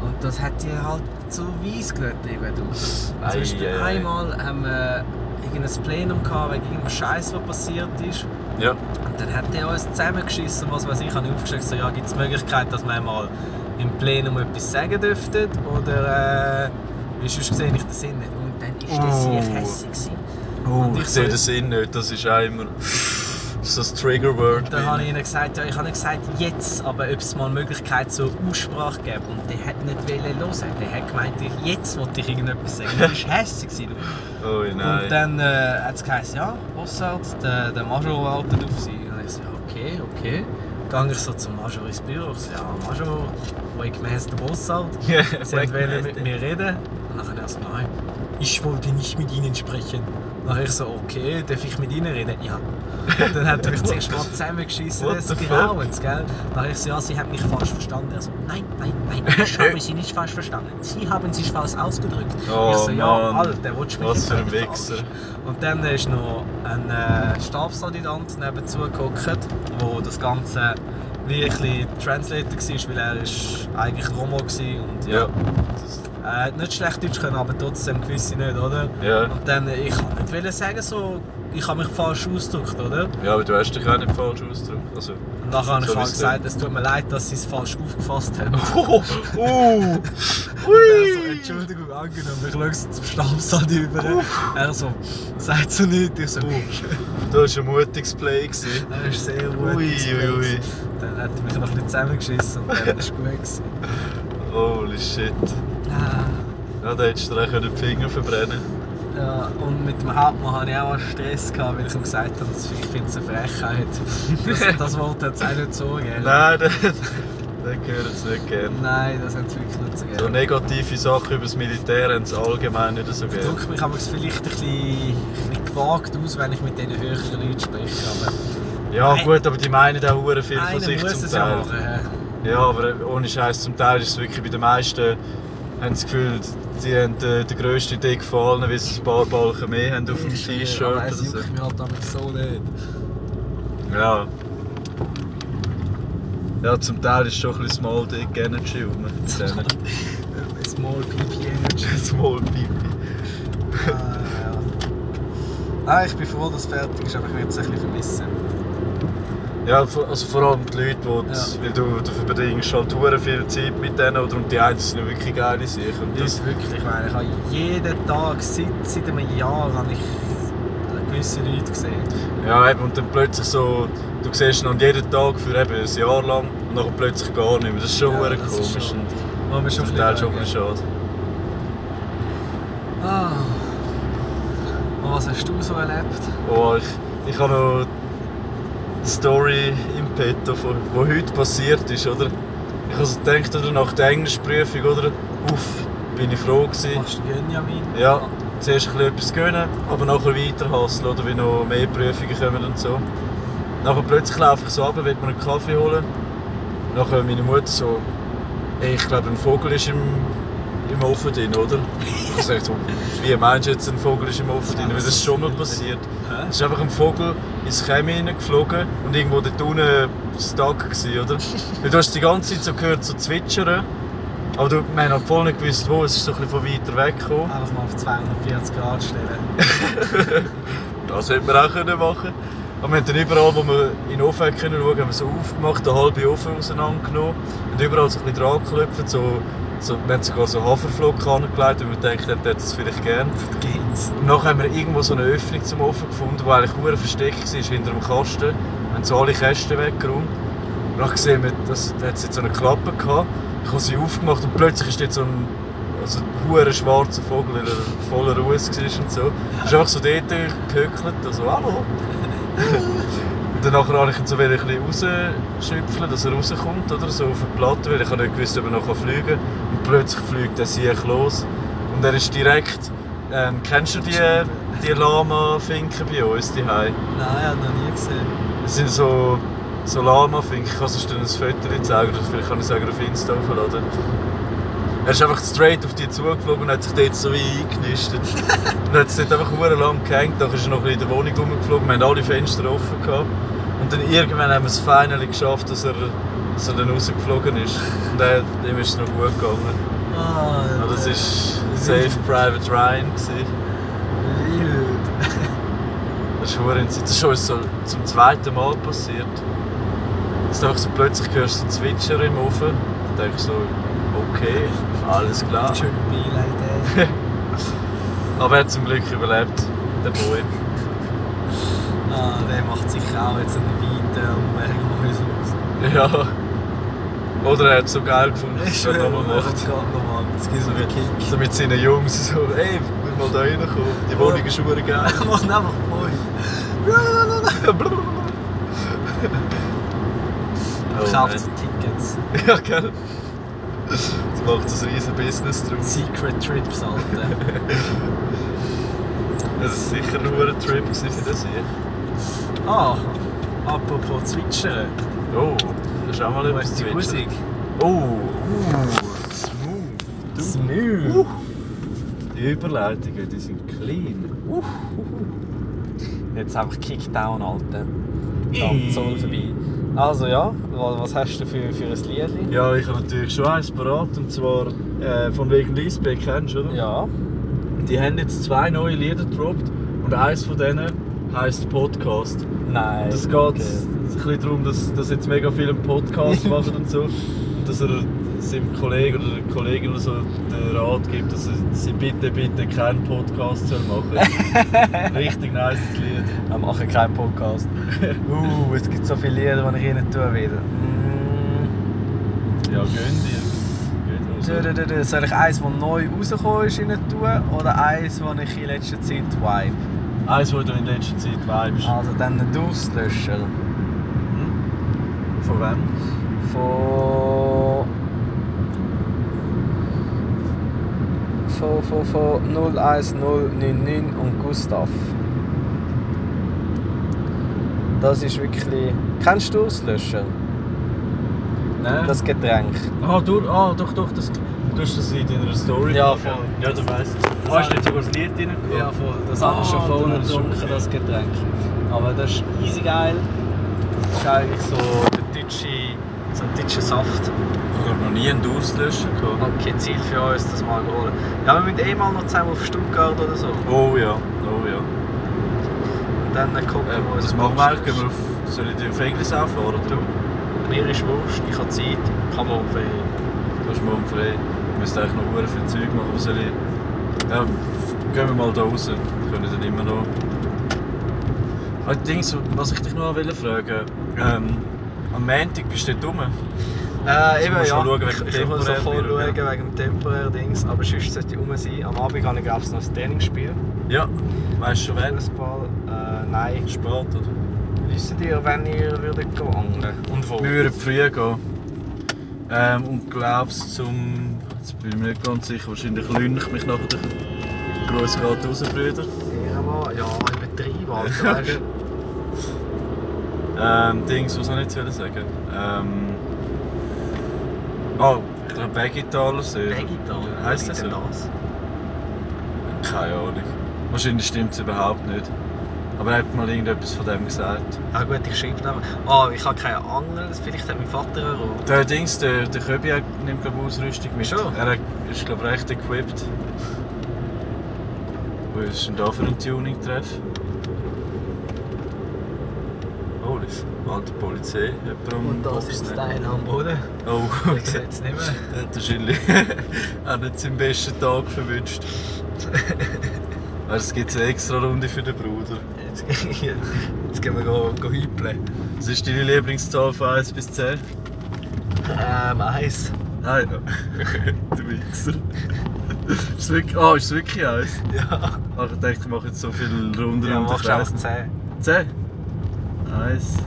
A: Und das hat die halt zu weiss gelegt, eben Also du. Zum Beispiel
B: Ei, ei, ei.
A: einmal haben wir irgendein Plenum gehabt, wegen irgendeinem Scheiß, was passiert ist.
B: Ja.
A: Und dann hat er uns zusammengeschissen, was weiß ich, habe ich aufgeschrieben, so, ja, gibt es die Möglichkeit, dass wir mal im Plenum etwas sagen dürften? Oder, äh, wie sonst sehe ich den Sinn nicht. Und dann ist der
B: Oh.
A: sehr hässig gewesen.
B: Oh,
A: Und
B: ich,
A: ich
B: sehe
A: so-
B: den Sinn nicht, das ist auch immer das, ist das Trigger-Word.
A: Dann habe ich ihnen gesagt, ja, ich habe nicht gesagt jetzt, aber ob es mal eine Möglichkeit zur Aussprache gäbe. Und der hat nicht wollen hören. Der hat gemeint, ich jetzt wollte ich irgendetwas sagen. Und Das war hässig. gewesen, du.
B: Oh nein.
A: Und dann äh, hat es geheißen, ja, Bossarzt, der, der Major wartet auf sie. Und ich so, ja, okay, okay. Dann ich so zum Major ins Büro. Ich so, ja, Major, wake me der Bossarzt.
B: Ja,
A: Sie
B: weg
A: wollen
B: mit
A: mit mir reden. Und dann er so, nein, ich wollte nicht mit ihnen sprechen. Dann ich so, okay, darf ich mit ihnen reden? Ja. Dann hat er mich zuerst mal zusammengeschissen,
B: What
A: das
B: the fuck?
A: Grauens, gell? Dann ich so, ja, sie haben mich falsch verstanden. Er so, nein, nein, nein, ich habe sie nicht falsch verstanden. Sie haben sich falsch ausgedrückt.
B: Oh,
A: ich so, ja,
B: Mann.
A: Alter, willst du mich
B: Was
A: jetzt
B: für ein
A: wirklich
B: Wichser.
A: verarschen? Und dann ist noch ein äh, Stabsadjutant nebenzu gehockt, wo das Ganze wie ein bisschen Translator war, weil er ist eigentlich Romo war und ja.
B: Ja. Das-
A: Er hat nicht schlecht Deutsch können, aber trotzdem gewisse nicht, oder?
B: ja.
A: Und dann, ich kann nicht wollen sagen, so, ich habe mich falsch ausgedrückt, oder?
B: Ja, aber du hast dich auch nicht falsch ausgedrückt. Also.
A: Und nachher habe ich
B: So
A: halt
B: wie's
A: gesagt, es tut mir leid, dass sie es falsch aufgefasst haben.
B: Oh, oh.
A: Er so, Entschuldigung, angenommen, ich schaue so zum Stammsand über. Er so, sagt so nichts. Ich so,
B: Das war ein mutiges Play. gewesen.
A: Er ist sehr gut.
B: Ui,
A: gespielt.
B: ui, ui.
A: Dann hat er mich noch ein bisschen zusammengeschissen und dann ist gut. gewesen.
B: Holy shit.
A: Ah,
B: Ja, da hättest du dir auch können die Finger verbrennen
A: Ja, und mit dem Hauptmann hatte ich auch einen Stress, gehabt, weil ich ihm gesagt habe, dass ich finde es eine Frechheit. Das, Also, das Wort hat es auch nicht so gegeben.
B: Nein, das, das gehört es nicht gern.
A: Nein, das hat es wirklich nicht so
B: So
A: gegeben.
B: negative Sachen über das Militär haben es allgemein nicht so
A: Ich
B: gern.
A: drücke mich aber vielleicht ein bisschen, ein bisschen gewagt aus, wenn ich mit diesen höheren Leuten spreche. Aber
B: Ja,
A: Ei-
B: gut, aber die meinen auch hure viel von
A: Einer
B: sich
A: muss
B: zum
A: es ja
B: Teil.
A: machen. hä?
B: Ja, aber ohne Scheiß zum Teil ist es wirklich bei den meisten, haben das Gefühl, die haben den, den grössten Dick gefallen, weil sie ein paar Balken mehr haben auf dem
A: Ich schwöre,
B: T-Shirt
A: Aber
B: oder
A: es
B: so.
A: juckt mich halt damit so nicht.
B: Ja. Ja, zum Teil ist schon ein bisschen Small Dick Energy rum. bei denen.
A: Small PP Energy.
B: Small Pipi.
A: Ah, ja. Nein, ich bin froh, dass es fertig ist, aber ich würde es ein bisschen vermissen.
B: Ja, vor- also vor allem die Leute, die, das- weil du, du verbringst halt hure viel Zeit mit denen oder und die einen sind wirklich geile Sachen. Und das,
A: Das wirklich, ich meine, ich habe jeden Tag, seit, seit einem Jahr, habe ich gewisse Leute gesehen.
B: ja, eben, und dann plötzlich so, du siehst ihn dann jeden Tag für eben ein Jahr lang und dann plötzlich gar nicht mehr. Das ist schon
A: Ja,
B: hure
A: das ist
B: komisch.
A: schon-
B: und
A: Wo wir schon
B: Zum
A: ein
B: Teil schon
A: bisschen
B: ein
A: schauen.
B: bisschen schade.
A: Ah. Und was hast du so erlebt?
B: Oh, ich, ich habe noch die Story im Petto, von- wo heute passiert ist, oder? Ich habe also gedacht, oder, nach der Englischprüfung, oder? Uff, bin ich froh gewesen.
A: Machst du Benjamin?
B: Ja, zuerst ein bisschen etwas gönnen, aber nachher weiter hustlen, oder? Wie noch mehr Prüfungen kommen und so. Nachher plötzlich laufe ich so runter, will mir einen Kaffee holen. Nachher äh, meine Mutter so, «Ey, ich glaube, ein Vogel ist im, im Ofen drin, oder? Ich sage so, wie meinst du jetzt, ein Vogel ist im Ofen drin? Weil das ist schon mal passiert.
A: Hä?
B: Es ist einfach ein Vogel ins Chemie hineingeflogen und irgendwo dort unten stuck gewesen, oder? Weil du hast die ganze Zeit so gehört, so zwitschern. Aber du, wir haben halt voll nicht gewusst, wo, es ist so ein bisschen von weiter weg gekommen.
A: Einfach mal auf 240 Grad stellen.
B: Das hätten wir auch können machen Und wir haben dann überall, wo wir in den Ofen schauen konnten, haben wir so aufgemacht, den halben Ofen auseinandergenommen und überall so ein bisschen dran geklopft. So, so, wir haben sogar so Haferflocken angelegt, weil wir dachten, der hätte es vielleicht gerne.
A: Geht's?
B: Und nachher haben wir irgendwo so eine Öffnung zum Ofen gefunden, die eigentlich verdammt versteckt war, hinter dem Kasten. Wir haben so alle Kästen weggeräumt. Und dann sehen wir, dass, da hat es jetzt so eine Klappe gehabt. Ich habe sie aufgemacht und plötzlich ist dort so ein also ein verdammt schwarzer Vogel, der voller Ruß war und so. Er ist einfach so dort gehöckelt, also «Hallo!» Und dann nachher wollte ich ihn so ein bisschen rausschüpfeln, dass er rauskommt, oder? So auf die Platte, weil ich habe nicht gewusst, ob er noch fliegen kann. Und plötzlich fliegt der Sieg los. Und er ist direkt... Ähm, kennst du die, die Lama-Finken bei uns daheim?
A: Nein, ich habe noch nie gesehen.
B: Das sind so, so Lama-Finken. Ich kann sonst ein Foto zeigen, oder vielleicht kann ich es auch auf Insta hochladen. Er ist einfach straight auf die zugeflogen und hat sich dort so wie eingenistet. und hat es dort einfach sehr lang gehängt. Dann ist er noch ein bisschen in der Wohnung rumgeflogen. Wir haben alle Fenster offen gehabt. Und dann irgendwann haben wir es finally geschafft, dass er, dass er dann rausgeflogen ist. Und er, dem ist es noch gut gegangen.
A: Ah,
B: Ja, das war Safe Private Ryan. Gewesen.
A: Wild.
B: Das ist verdammt insane. Das ist uns so zum zweiten Mal passiert. Dass du einfach so plötzlich hörst du so Zwitscher im Ofen und denkst so, okay, alles klar.
A: Should be like that.
B: Aber er hat zum Glück überlebt, der Boy.
A: Ah, der macht sicher auch jetzt einen weiten Umweg um uns raus.
B: Ja. Oder er hat es so geil gefunden, dass er es
A: schwöre,
B: nochmal macht.
A: ich kann nochmal. Es gibt so
B: So
A: einen
B: mit,
A: Kick.
B: so mit seinen Jungs so, ey, wir mal da reinkommen. Die Wohnung ist verdammt geil.
A: Er macht einfach Boy.
B: Oh,
A: Er kauft so Tickets.
B: nein. Ja, gell? Das macht so ein riesen Business draus.
A: Secret Trips, Alter.
B: Das ist sicher nur ein Trip gewesen für das hier.
A: Ah, apropos Zwitschern.
B: Oh, das ist auch mal
A: Wo
B: etwas
A: ist die
B: zwitschern.
A: Musik?
B: Oh, uh, smooth. Du.
A: Smooth.
B: Uh. Die Überleitungen, die sind clean.
A: Uh. Jetzt einfach Kickdown, Alter. Ganz so vorbei. Also ja, wa- was hast du für, für ein Lied?
B: Ja, ich habe natürlich schon eins parat, und zwar äh, von wegen Lisbeck, kennst du, oder?
A: Ja.
B: Die haben jetzt zwei neue Lieder gedroppt und eins von denen heisst Podcast.
A: Nein.
B: Um Das geht
A: okay.
B: ein bisschen darum, dass, dass jetzt mega viele einen Podcast machen und so. Und dass er seinem Kollegen oder der Kollegin oder so den Rat gibt, dass er sie bitte, bitte keinen Podcast soll machen Richtig nice Lied.
A: Wir machen keinen Podcast. uh, es gibt so viele Lieder, die ich ihnen tun will. Mm.
B: Ja, gönn dir. Also, Gönn dir.
A: Du, du, du, du. Soll ich eins, das neu rausgekommen ist, ihnen tun? Oder eins, das ich in letzter Zeit vibe?
B: Eins, wo du in letzter Zeit weibst.
A: Also dann ein Auslöscher.
B: Hm? Von wem?
A: Von. Von, von, von 01099 und Gustav.
C: Das ist wirklich... Kennst du Auslöscher?
A: Nein.
C: Das Getränk?
B: Ah, du, ah, doch, doch, das, du hast das in deiner Story
A: Ja,
B: gemacht.
A: voll.
B: Ja, du weißt es. Ah, hast du nicht sogar das Lied drin gehabt?
A: Ja, voll. Das
B: Ah,
A: habe ich schon vorher
B: dann ist es
A: getrunken,
B: okay.
A: das Getränk. Aber das ist easy geil. Das ist eigentlich so der deutsche, so ein deutscher Saft.
B: Ich habe noch nie einen Auslöscher gehabt.
A: Okay, Ziel für uns, das mal holen. Ja, wir müssen eh mal noch zusammen auf Stuttgart oder so.
B: Oh ja, oh ja.
A: Und dann gucken
B: Äh,
A: wir uns
B: was machen wir eigentlich? Gehen wir auf, soll ich dir auf Englisch auffahren? Oder?
A: Mir ist Wurst, ich habe Zeit, kann man auf äh, Ferien.
B: Du hast morgen frei. Ich müsste eigentlich noch sehr viel Zeug machen. Was soll ich... Ja, f- gehen wir mal da raus. Wir können dann immer noch... Ah, Dings, was ich dich noch wollte fragen ähm, Am Montag bist du dort rum.
A: Äh,
B: musst
A: eben,
B: du
A: ja.
B: schauen wegen
A: ich,
B: dem
A: ich muss noch voll
B: temporären
A: schauen
B: Virus,
A: wegen dem temporären Dings, aber sonst sollte ich rum sein. Am Abend habe ich glaube ich noch ein Trainingsspiel.
B: Ja, weißt du schon wer?
A: Fußball, äh, nein.
B: Spät, oder?
A: Wisst ihr, wenn ihr würdet gehen angeln und wo?
B: Wir würden früh gehen. Ähm, und glaubst zum... Jetzt bin ich mir nicht ganz sicher, wahrscheinlich lüncht mich nachher der grosse Rat raus, Brüder.
A: Ehrenmann, ja, übertrieben, Alter, weißt du?
B: Ähm, Dings, was soll ich jetzt sagen? Ähm... Oh, ich glaube Vegetaler See.
A: Vegetal,
B: Heisst das so?
A: das denn das?
B: Keine Ahnung. Wahrscheinlich stimmt es überhaupt nicht. Aber er hat mal irgendetwas von dem gesagt.
A: Ah gut, ich schreibe einfach. Ah, ich habe keine Angler, das- vielleicht hat mein Vater eine Route.
B: Der Dings, der, der Köbi hat- nimmt glaube Ausrüstung mit.
A: Schon?
B: Er hat- ist glaube recht equipped. Was ist denn da für ein Tuning-Treff? Holy, shit. alte Polizei. Jemand am
A: Und da
B: Obst
A: sitzt
B: nehmen.
A: einer am Boden.
B: Oh,
A: Ich sehe es nicht mehr.
B: Der hat wahrscheinlich auch nicht seinen besten Tag verwünscht. Also, es gibt eine extra Runde für den Bruder.
A: Jetzt, jetzt gehen wir go, go hüpeln.
B: Was ist deine Lieblingszahl von 1 bis 10?
A: Ähm, eins.
B: Nein, du Wichser. ist es wirklich, ah, ist es wirklich eins?
A: Ja.
B: Ah, ich dachte, ich mache jetzt so viele Runden
A: Ja,
B: um den
A: machst du
B: Kreis.
A: einfach zehn.
B: 10? Eins.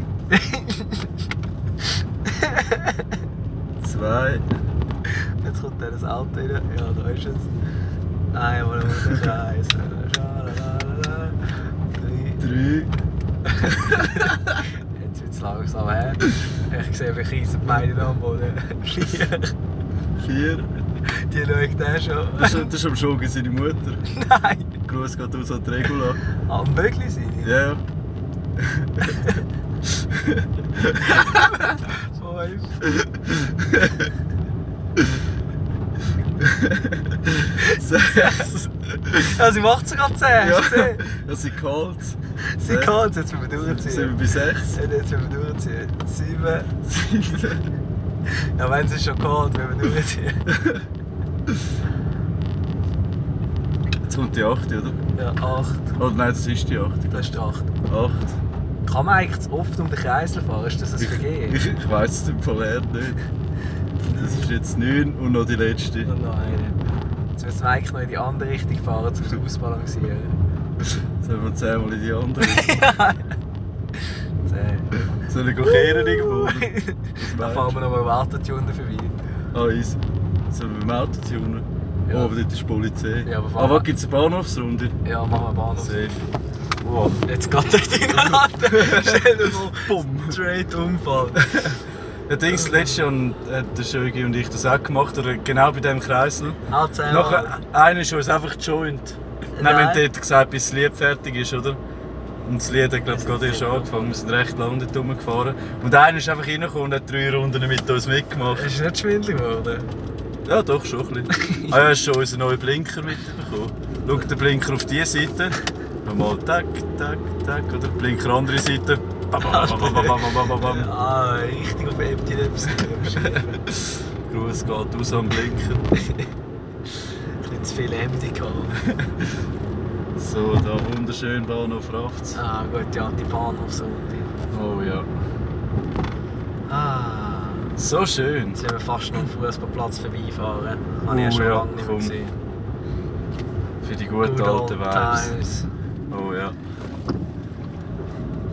B: Zwei.
A: Jetzt kommt dann das Auto rein. Ja, da ist es. Einmal eine Scheiße. Schalalala. Drei.
B: Drei.
A: Jetzt wird es langsam her. Ich sehe, wir kreisen beide da am Boden. Vier.
B: Vier.
A: Die schaut er
B: Das
A: schon.
B: ist, das ist am Schogen seine Mutter.
A: Nein.
B: Gruß geht aus an die Regula.
A: Am möglich sein.
B: Ja.
A: Fünf.
B: Sechs.
A: Ja, sie macht sogar zehn.
B: Ja,
A: Hast du gesehen?
B: das sind Calls.
A: Sie kann es. Jetzt müssen wir durchziehen.
B: Sind wir bei sechs?
A: Ja, Jetzt müssen wir durchziehen. Sieben. Ja, wenn es ist schon kalt, wenn wir durchziehen.
B: Jetzt kommt die acht, oder?
A: Ja, acht.
B: Oh nein, das ist die acht.
A: Das ist die acht.
B: Acht.
A: Kann man eigentlich zu oft um den Kreisel fahren? Ist das ein Vergehen?
B: Ich, ich weiß es im Fall eher nicht. Das ist jetzt 9 und noch die letzte.
A: Und noch eine. Oh Jetzt müssen wir eigentlich noch in die andere Richtung fahren, um es ausbalancieren.
B: Sollen wir zehnmal in die andere?
A: Zehn. Oh
B: Sollen wir kehren irgendwo? oder? Was
A: Dann
B: meinst
A: fahren wir noch mal Wartetune vorbei.
B: du? Ah, easy. Sollen wir mit dem Auto tunen?
A: Ja.
B: Oh, aber dort ist die Polizei.
A: Ja, aber fahren
B: ah,
A: wir-
B: was gibt es eine Bahnhofsrunde?
A: Ja, machen wir Bahnhof.
B: Safe. Wow.
A: Jetzt geht er ineinander. Stell dir vor,
B: Bumm.
A: straight Unfall.
B: Ja, Dings, letztes Jahr haben äh, der Schögi und ich das auch gemacht, oder genau bei dem Kreisel.
A: Auch Ah, zehn
B: Nachher, einer ist uns einfach gejoint. Nein, wir haben
A: Nein.
B: dort gesagt, bis das Lied fertig ist, oder? Und das Lied hat, glaube ich, gerade erst angefangen. Wir sind recht lange dort rumgefahren. Und einer ist einfach reingekommen und hat drei Runden mit uns mitgemacht.
A: Ist nicht schwindelig geworden?
B: Ja, doch, schon ein bisschen. ah, ja, hast schon unseren neuen Blinker mitbekommen. Schau den Blinker auf diese Seite. Nochmal tack, tack, tack. Oder Blinker andere Seite. Bam, bam, bam, bam, bam, bam, bam, bam.
A: Ah, richtig auf Epilepsie. Ein
B: Gruß geht aus am Blinker.
A: bisschen zu viel Hemd gehabt.
B: So, da wunderschön Bahnhof Rafts.
A: Ah, gut, ja, die Bahnhofsrunde.
B: Oh ja.
A: Ah.
B: So schön.
A: Jetzt sind wir fast noch am Fußballplatz vorbeifahren. Habe
B: Oh
A: ich ja schon
B: ja,
A: lange nicht mehr
B: komm.
A: gesehen.
B: Für die guten
A: Good
B: alten
A: old
B: Vibes.
A: times.
B: Oh ja.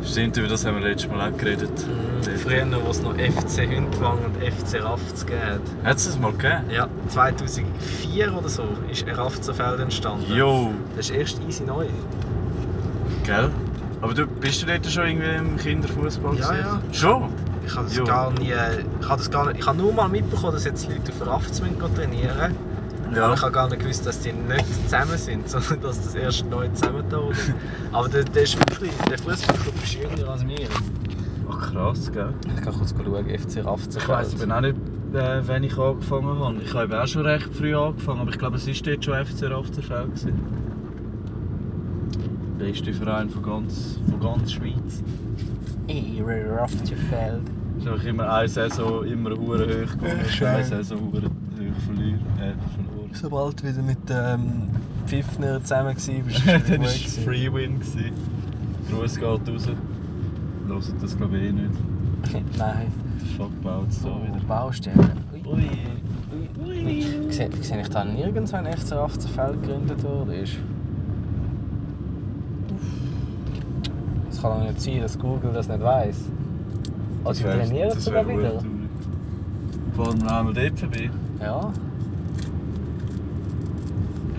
B: Stimmt, über das haben wir letztes Mal auch geredet.
A: Mhm. Früher, wo es noch FC Hündwang und FC Rafts gab.
B: Hat es das mal gegeben?
A: Ja, 2004 oder so ist Rafzerfeld entstanden.
B: Jo,
A: Das ist erst easy neu.
B: gell? Aber du, bist du dort schon irgendwie im Kinderfußball?
A: Ja, ja.
B: Schon?
A: Ich habe das,
B: Jo.
A: gar nie- ich habe das gar nicht. Ich habe nur mal mitbekommen, dass jetzt Leute auf Rafts müssen gehen trainieren Aber ich habe gar nicht gewusst, dass die nicht zusammen sind, sondern dass das erst neu zusammen da wurde. Aber der, der ist wirklich, der Fußballclub ist jünger als wir.
B: Ach, krass, gell? Also
C: Ich kann kurz schauen, FC Raff zu
B: Ich weiss eben auch nicht, äh, wann ich angefangen habe. Ich habe eben auch schon recht früh angefangen, aber ich glaube, es war dort schon FC Rafterfeld. gewesen. Der beste Verein von ganz, von ganz Schweiz.
A: Ehre Rafterfeld.
B: Ist einfach immer eine Saison immer hure hoch gegangen
A: Ach,
B: und
A: schön.
B: eine Saison hure hoch verlieren. Äh, verloren.
A: Sobald du wieder mit ähm, Pfiffner zusammen warst, bist
B: Dann war es Free Win. gewesen. Gruß geht raus. Hört das glaube ich eh nicht.
D: Nein.
B: Fuck, baut es so wieder.
D: Baustelle.
B: Ui.
D: Sehe sehe ich da nirgends, wenn FC 18 Feld gegründet wurde? ist? Es kann doch nicht sein, dass Google das nicht weiss. Oh,
B: Also,
D: sie trainieren sogar wieder.
B: Fahren wir einmal dort vorbei.
D: Ja.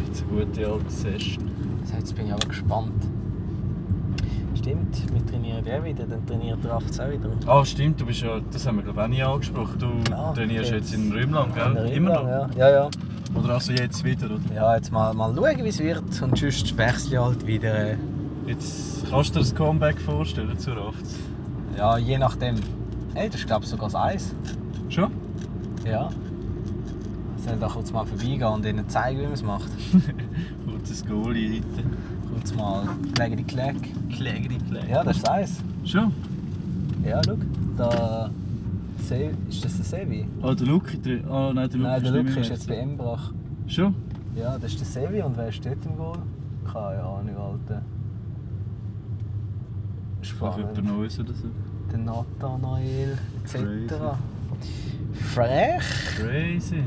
B: Jetzt eine gute alte Session.
D: Also Jetzt bin ich aber gespannt. Stimmt, wir trainieren ja wieder, dann trainiert der 18 auch wieder.
B: Ah, stimmt, du bist ja, das haben wir glaube ich auch nie angesprochen. Du
D: Ah,
B: trainierst
D: jetzt-
B: jetzt in Rümlang, gell? Immer noch.
D: Ja, ja. ja.
B: Oder also jetzt wieder, oder?
D: Ja, jetzt mal, mal schauen, wie es wird. Und sonst wechsle ich halt wieder. äh,
B: Jetzt kannst du dir das Comeback vorstellen zur Rafts.
D: Ja, je nachdem. Ey, das ist glaube ich sogar das Eis.
B: Schon?
D: Ja. Soll da kurz mal vorbeigehen und ihnen zeigen, wie man es macht.
B: Kurzes Goalie heute.
D: Kurz mal klägeri kläg.
B: Klägeri, klägeri.
D: Ja, das ist das Eis.
B: Schon?
D: Ja, schau. Da. Se ist das der Sevi?
B: Ah, der Luki drin. Ah, nein, der Luki
D: Nein, der
B: nicht
D: Luke
B: mehr
D: ist jetzt bei Embrach.
B: Schon?
D: Ja, das ist der Sevi und wer steht im Goal? Keine Ahnung, Alter.
B: Auf jemand
D: Spannend.
B: Neues oder so.
D: Der Nathanael etc.
B: Crazy.
D: Frech.
B: Crazy.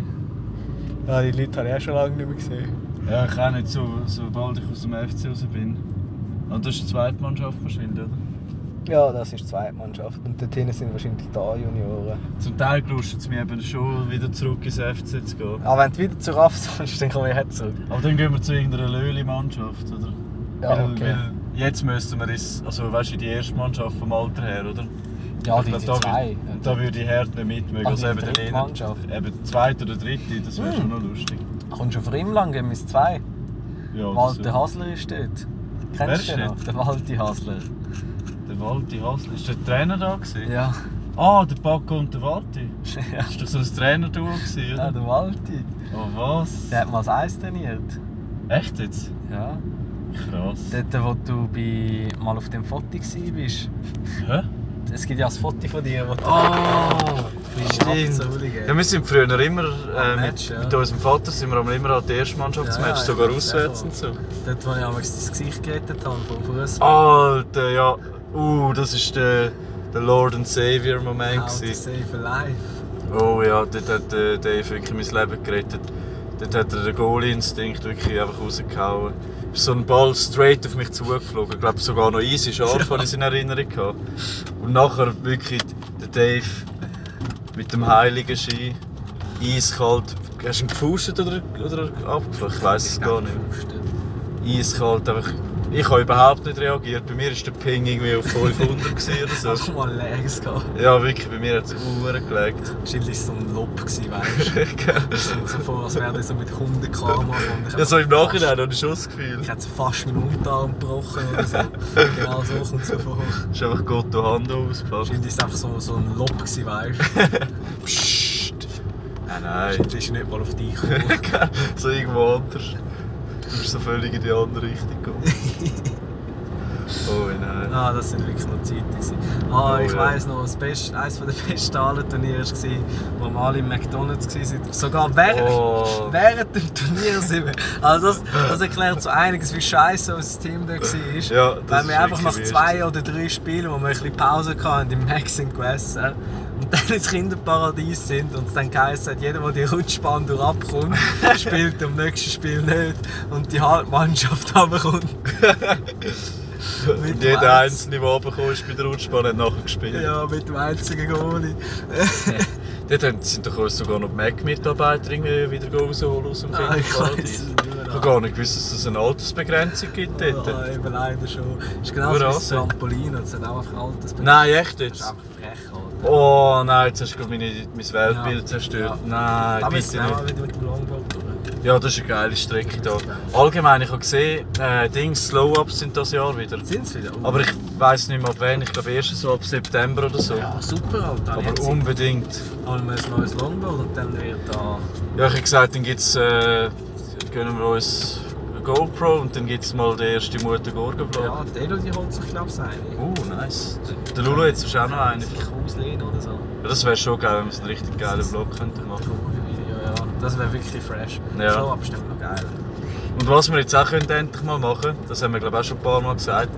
A: Ja, Ah, die Leute habe ich auch schon lange nicht mehr gesehen.
B: Ja, ich auch nicht so, sobald ich aus dem FC raus bin. Und das ist die zweite Mannschaft wahrscheinlich, oder?
D: Ja, das ist die zweite Mannschaft. Und dort hinten sind wahrscheinlich die A-Junioren.
B: Zum Teil gelustet es mir eben schon, wieder zurück ins FC zu gehen.
D: Aber Ah, wenn du wieder zu Raff sollst, dann komme ich auch zurück.
B: Aber dann gehen wir zu irgendeiner Löhli-Mannschaft, oder?
D: Ja,
B: Weil-
D: okay.
B: weil jetzt müssten wir ins, also weißt du, in die erste Mannschaft vom Alter her, oder?
D: Ja,
B: Ich
D: die, die
B: glaub, da
D: zwei.
B: würd- Da würde ich Herd nicht mitmachen.
D: Ah,
B: Also
D: die
B: eben der
D: dritte
B: Inner-
D: Mannschaft.
B: Eben zweite oder dritte, das wäre
D: Hm.
B: schon noch lustig.
D: Kommst du auf Rimlang, gehen wir ins zwei.
B: Ja, oder so.
D: Walter Hasler ist dort. Kennst du
B: ist
D: den noch?
B: dort?
D: Der Walti Hasler.
B: Der Walti Hasler. Ist der Trainer da gewesen?
D: Ja.
B: Ah, der Paco und der Walti.
D: ja.
B: Ist doch so ein Trainerduo gewesen,
D: Ja,
B: oder?
D: der Walti.
B: Oh was?
D: Der hat mal das Eis trainiert.
B: Echt jetzt?
D: Ja.
B: Krass.
D: Dort, wo du bei, mal auf dem Foto warst.
B: Hä?
D: Es gibt ja ein Foto von dir, wo du...
B: Oh,
A: Stimmt.
B: stimmt. Ja, wir sind früher immer äh, mit,
A: Match, ja.
B: mit unserem Vater sind wir einmal immer an die ersten
A: Ja, ja,
B: Mannschaftsmatch,
A: ich
B: sogar
A: weiß
B: auswärts
A: auch.
B: und so.
A: Dort, wo ich einmal das Gesicht gerettet habe vom
B: Ah,
A: Fußball.
B: Alter, ja. Uh, das ist der, der Lord and Savior Moment
A: How to
B: gewesen.
A: save a life.
B: Oh ja, dort hat äh, Dave wirklich mein Leben gerettet. Dort hat er den Goalie-Instinkt wirklich einfach rausgehauen. Ist so ein Ball straight auf mich zugeflogen. Ich glaube sogar noch easy scharf, habe ich es in Erinnerung gehabt. Und nachher wirklich der Dave mit dem heiligen Ski eiskalt. Hast du ihn gepfuscht oder, oder abgeflogen? Ich weiß es gar nicht. Eiskalt einfach. Ich habe überhaupt nicht reagiert. Bei mir war der Ping irgendwie auf 500 gewesen oder
A: Hast
B: so.
A: du mal Legs gehabt?
B: Ja, wirklich, bei mir hat es Uhren gelegt.
A: Wahrscheinlich war es so ein Lob, gewesen, weißt du? Es kommt so vor, als wäre das so mit 100 Karma. und ich
B: Ja, so im
A: einfach
B: Nachhinein habe ich Schussgefühl.
A: Ich hätte fast meinen Unterarm gebrochen oder so. genau so kommt es vor.
B: Ist einfach Gott durch Hand ausgepackt.
A: Wahrscheinlich war es einfach so, so ein Lob, gewesen, weißt du?
B: Psst. Nein, nein.
A: Wahrscheinlich ist er nicht mal auf dich gekommen.
B: so irgendwo anders. Du bist so völlig in die andere Richtung gekommen. oh nein.
A: Ah, das sind wirklich noch Zeiten. gewesen. Ah,
B: Oh,
A: ich
B: ja.
A: weiss noch, das Best, eines der besten Hallenturniere war, wo wir alle im McDonalds waren. Sogar während,
B: Oh.
A: während dem Turnier sind wir. Also das, das erklärt so einiges, wie scheiße unser Team da
B: Ja,
A: war.
B: das
A: weil
B: ist
A: wir einfach nach
B: wirklich
A: zwei oder drei Spielen, wo wir ein bisschen Pause hatten, im Max sind gegessen und dann ins Kinderparadies sind und es dann geheißen hat, jeder, der die Rutschbahn durchabkommt, spielt am nächsten Spiel nicht und die Halbmannschaft runterkommt.
B: Und jeder Einzelne, der runtergekommen ist bei der Rutschbahn, hat nachher gespielt.
A: Ja, mit dem einzigen Goalie.
B: Dort haben- sind doch uns sogar noch die Mac-Mitarbeiter irgendwie wieder rausholen aus dem
A: Ah, ich weiss es
B: Kinderparadies.
A: nicht mehr,
B: Ich habe gar nicht gewusst, dass es eine Altersbegrenzung gibt Oh dort.
A: Ah, eben leider schon. Das ist genau so wie das
B: Überraschend.
A: Trampolin. Das hat auch einfach altes
B: Nein, echt
A: Das
B: jetzt?
A: ist einfach frech, Alter.
B: Oh nein, jetzt hast du glaub ich, meine, mein Weltbild
A: Ja.
B: zerstört.
A: Ja.
B: Nein,
A: Da müssen
B: bitte
A: wir
B: nicht.
A: auch wieder mit dem Longboard durch.
B: Ja, das ist eine geile Strecke
A: Da
B: hier.
A: müssen wir-
B: Allgemein, ich habe gesehen, äh, Dings, Slow-Ups sind das Jahr wieder.
A: Sind sie wieder? Oh.
B: Aber ich weiss nicht mehr ab wann, ich glaube erst so ab September oder so.
A: Ja, super, Alter.
B: Aber um.
A: Jetzt
B: unbedingt.
A: holen wir ein neues Longboard und dann wird da...
B: Ja, ich habe gesagt, dann gibt's, äh, gönnen wir uns eine GoPro und dann gibt es mal den ersten Mutter gorgon vlog
A: Ja, der Elodie holt sich, glaube ich, eine.
B: Uh, nice. Der- Der Lulu hat sonst auch noch eine.
A: Sich auslehnen oder so.
B: Ja, das wäre schon geil, wenn wir so einen richtig geilen Vlog könnten machen
A: Video, ja. Das wäre wirklich fresh.
B: Ja.
A: So abstimmt noch geil.
B: Und was wir jetzt auch können, endlich mal machen das haben wir glaube auch schon ein paar Mal gesagt,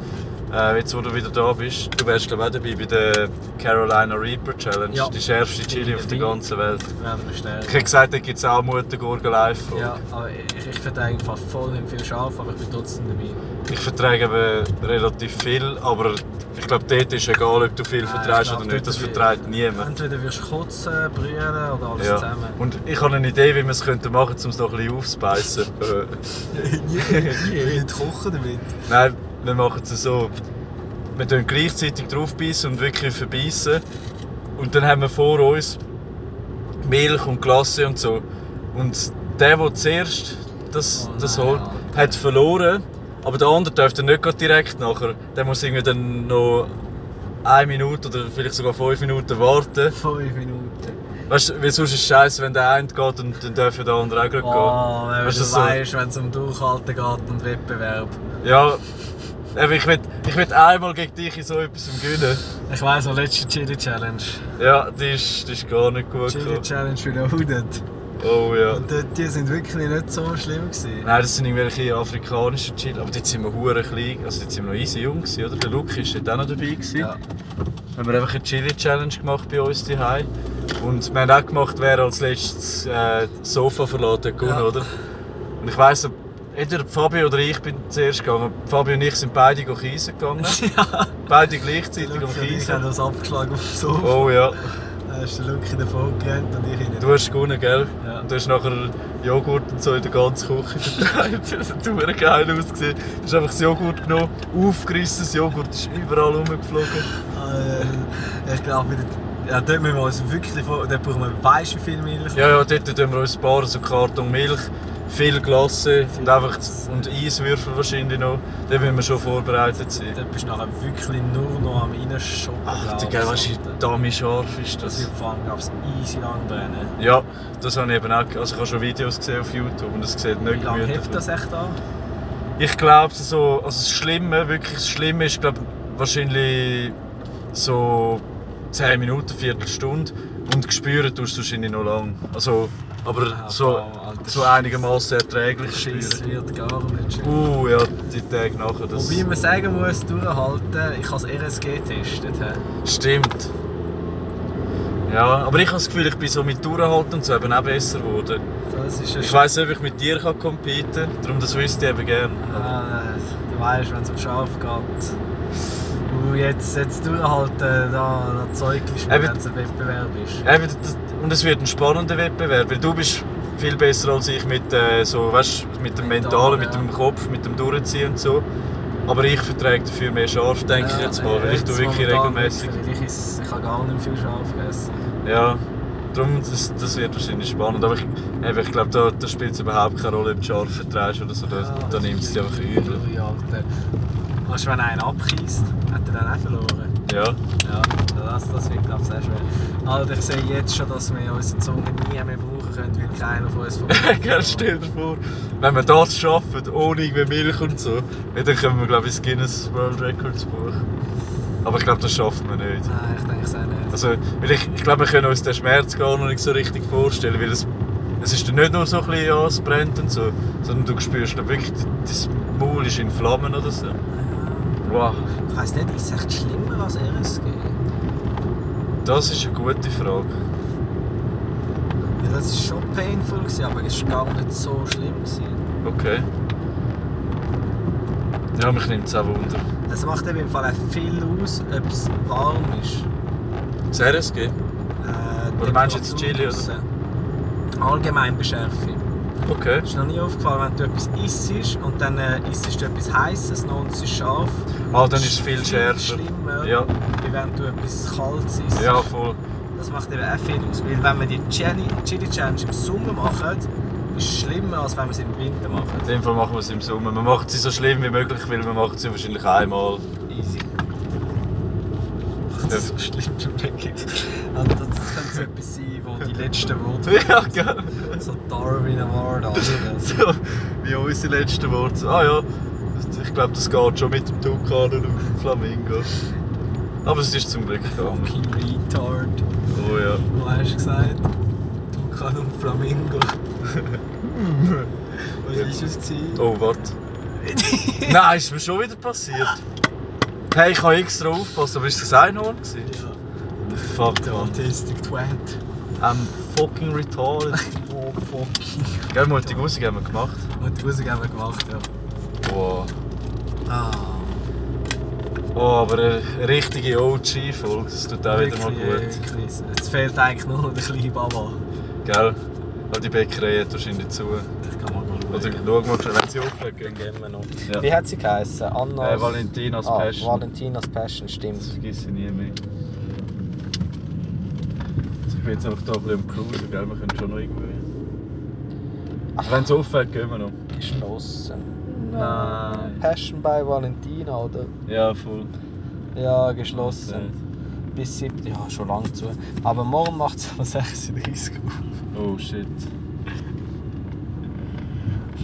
B: äh, jetzt wo du wieder da bist, du wärst glaube auch dabei bei der Carolina Reaper Challenge,
A: Ja.
B: die schärfste Chili
A: Bin
B: auf der
A: dabei.
B: ganzen Welt.
A: Werden wir
B: Ich habe
A: stellen.
B: gesagt, da gibt es auch Mutter Gurgel live.
A: Ja, aber ich, ich verteile fast voll nicht viel scharf, aber ich bin trotzdem dabei.
B: Ich verträge eben relativ viel, aber ich glaube, dort ist egal, ob du viel
A: Nein,
B: verträgst
A: ich glaub,
B: oder nicht, das
A: dort-
B: verträgt niemand.
A: Entweder wirst du kotzen, brüllen oder alles
B: Ja.
A: zusammen.
B: Und ich habe eine Idee, wie wir es könnten machen, um es noch ein bisschen aufzubeissen. Äh,
A: Nie kochen damit.
B: Nein, wir machen es so. Wir tun gleichzeitig draufbeissen und wirklich verbeissen. Und dann haben wir vor uns Milch und Glasse und so. Und der, der zuerst das,
A: Oh
B: das
A: nein,
B: holt, hat verloren. Aber der andere darf dann nicht gerade direkt nachher. Der muss irgendwie dann noch eine Minute oder vielleicht sogar fünf Minuten warten.
A: Fünf Minuten.
B: Weißt du, weil sonst ist es scheiße, wenn der eine geht und dann darf der andere auch gleich
A: Oh, wenn
B: Weißt
A: du
B: du, so-
A: weißt, wenn es um Durchhalten geht und Wettbewerb.
B: gehen. Ja, eben, ich will, ich will einmal gegen dich in so etwas gewinnen.
A: Ich weiss noch, letzte Chili Challenge.
B: Ja, die ist, die ist gar nicht gut
A: Chili
B: gekommen.
A: Challenge für den Hudent.
B: Oh ja.
A: Und die, die sind wirklich nicht so schlimm gewesen.
B: Nein, das sind irgendwelche afrikanischen Chili. Aber dort sind wir hure klein. Also dort sind wir noch easy jung gewesen, oder? Der Luke ist dort auch noch dabei gewesen.
A: Ja.
B: Haben wir einfach eine Chili-Challenge gemacht bei uns daheim. Und wir haben auch gemacht, wer als letztes äh, das Sofa verlassen hat, gewonnen,
A: Ja.
B: oder? Und ich weiss, entweder Fabio oder ich bin zuerst gegangen. Fabio und ich sind beide go kiesen gegangen. Beide gleichzeitig am
A: Ich habe
B: Kiesen.
A: das abgeschlagen auf dem Sofa.
B: Oh ja.
A: Da ist der Lucky davon gerannt und ich ihn
B: Du hast gewonnen, gell?
A: Ja.
B: Und du hast nachher Joghurt und so in der ganzen Küche verteilt. Das hat super geil ausgesehen. Du hast einfach das Joghurt genommen, aufgerissen, das Joghurt ist überall rumgeflogen.
A: Äh, ich glaube, ja, dort müssen wir uns wirklich vor. Dort brauchen wir weiss wie viel Milch.
B: Ja, ja, dort tun wir uns ein paar so Karton Milch, viel Glasse und, einfach, und Eiswürfel wahrscheinlich noch. Da müssen wir schon vorbereitet sein.
A: Dort bist du nachher wirklich nur noch am Reinschoppen.
B: Ach,
A: glaub
B: der
A: ich,
B: gell, was ist
A: Alter.
B: dummy scharf ist
A: Das
B: das?
A: wird vor allem, glaube ich, easy lang brennen.
B: Ja, das habe ich eben auch. Also ich habe schon Videos gesehen auf YouTube und es sieht
A: Wie
B: nicht
A: lange
B: gemütlich aus.
A: hebt das echt an?
B: Ich glaube, so, also das Schlimme, wirklich das Schlimme ist, glaube wahrscheinlich so 10 Minuten, Viertelstunde. Und gespürt tust du es wahrscheinlich noch lang. Also, aber
A: Ah,
B: so,
A: wow, Alter,
B: so einigermaßen erträglich
A: Scheiss,
B: spüren.
A: wird gar nicht schön.
B: Uh, ja, die Tage nachher, das
A: Wobei man sagen muss, durchhalten, ich habe das RSG getestet. hä?
B: stimmt. Ja, aber ich habe das Gefühl, ich bin so mit Durchhalten und so eben auch besser geworden.
A: Das ist
B: Ich weiss nicht, ob ich mit dir kann competen kann, darum das wüsste ich eben gerne.
A: Ah, du weißt, wenn es um Schaf geht. Du jetzt, jetzt durchhalten, da, da Zeug ist, wenn
B: Eben-
A: es ein Wettbewerb ist.
B: Eben, das- und es wird ein spannender Wettbewerb, weil du bist viel besser als ich mit, äh, so, weißt, mit dem
A: Mental,
B: Mentalen, mit
A: ja.
B: dem Kopf, mit dem Durchziehen und so. Aber ich verträge dafür mehr scharf, denke ich jetzt mal, weil ich tue wirklich
A: momentan
B: regelmäßig.
A: wirklich, weil Ich, is- ich habe gar nicht viel Schaf gegessen.
B: Ja, darum, das, das wird wahrscheinlich spannend. Aber ich, eben, ich glaube, da, da spielt es überhaupt keine Rolle, ob du scharf verträgst oder so. Da, da nimmst du dich einfach übel.
A: Weißt du, wenn einer abkiest, hat er dann auch verloren.
B: Ja.
A: Ja, das, das wird, glaube ich, sehr schwer. Alter, ich sehe jetzt schon, dass wir unsere Zunge nie mehr brauchen können, weil keiner von uns
B: Gell, stell dir vor, wenn wir das schaffen, ohne irgendwie Milch und so, ja, dann kommen wir, glaube ich, ins Guinness World Records Buch. Aber ich glaube, das schaffen wir nicht.
A: Nein, ich denke es auch nicht.
B: Also, weil ich, ich glaube, wir können uns den Schmerz gar noch nicht so richtig vorstellen, weil es, es ist dann nicht nur so ein bisschen, ja, es brennt und so, sondern du spürst dann wirklich, dein Maul ist in Flammen oder so. Wow,
A: Ich weiss nicht, ist es echt schlimmer als RSG?
B: das ist eine gute Frage.
A: Ja, das ist schon painful, gewesen, aber es war gar nicht so schlimm. Gewesen.
B: Okay. Ja, mich nimmt es auch Wunder.
A: Es macht eben im Fall auch viel aus, ob es warm ist.
B: Das RSG?
A: Äh,
B: Oder meinst du jetzt
A: Temperatur
B: Chili, oder?
A: draussen. Allgemein Beschärfung.
B: Okay.
A: Ist noch nie aufgefallen, wenn du etwas isst und dann äh, isst du etwas Heißes noch und es ist scharf.
B: Ah, dann ist es viel schärfer.
A: schlimmer,
B: Ja.
A: wie wenn du etwas Kaltes isst.
B: Ja, voll.
A: Das macht eben auch viel aus, weil wenn wir die Chili, Chili Challenge im Sommer machen, ist es schlimmer, als wenn wir sie im Winter machen.
B: In dem Fall machen wir es im Sommer. Wir machen sie so schlimm wie möglich, weil wir machen sie wahrscheinlich einmal.
A: Easy. Das ist so schlimm schon wirklich. Also das, das könnte so etwas sein, wo die letzten Worte.
B: Ja, gell?
A: So Darwin Award, alles.
B: So, wie unsere letzten Worte. Ah ja, ich glaube, das geht schon mit dem Tukan und dem Flamingo. Aber es ist zum Glück gegangen.
A: Fucking retard.
B: Oh ja.
A: Wo hast du gesagt? Tukan und Flamingo. Was
B: Yep.
A: ist es? gewesen?
B: Oh, was? Nein, ist mir schon wieder passiert. Hey, ich habe extra aufgepasst, aber ist Also, das ein Einhorn? gewesen? Oh,
A: Ja,
B: Fuck,
A: der
B: man.
A: Autistic Twat.
B: I'm fucking retarded.
A: Oh, fucking.
B: Gell, mal die Musik haben wir gemacht.
A: Und die Musik haben wir gemacht, ja.
B: Wow.
A: Ah.
B: Oh, aber eine richtige OG-Folge, das tut auch wieder mal gut.
A: Wirklich, wirklich. Es fehlt eigentlich nur noch der kleine Baba.
B: Gell? Aber die Bäckerei hat wahrscheinlich zu.
A: Das kann man mal schauen.
B: Also schau mal, schnell, wenn sie auflegen.
D: Dann gehen wir noch.
B: Ja.
D: Wie hat sie geheißen? Anna.
B: Äh, Valentinas
D: ah,
B: Passion.
D: Valentinas Passion,
B: Das
D: stimmt.
B: vergesse ich nie mehr. Also ich bin jetzt einfach hier ein bisschen am Cruisen, gell? Wir können schon noch irgendwie. Wenn es aufhört, gehen wir noch.
D: Geschlossen.
B: Nein.
D: Passion bei Valentina, oder?
B: Ja, voll.
D: Ja, geschlossen. Bis 7. Ja, schon lange zu. Aber morgen macht es aber 36 Uhr.
B: Oh shit.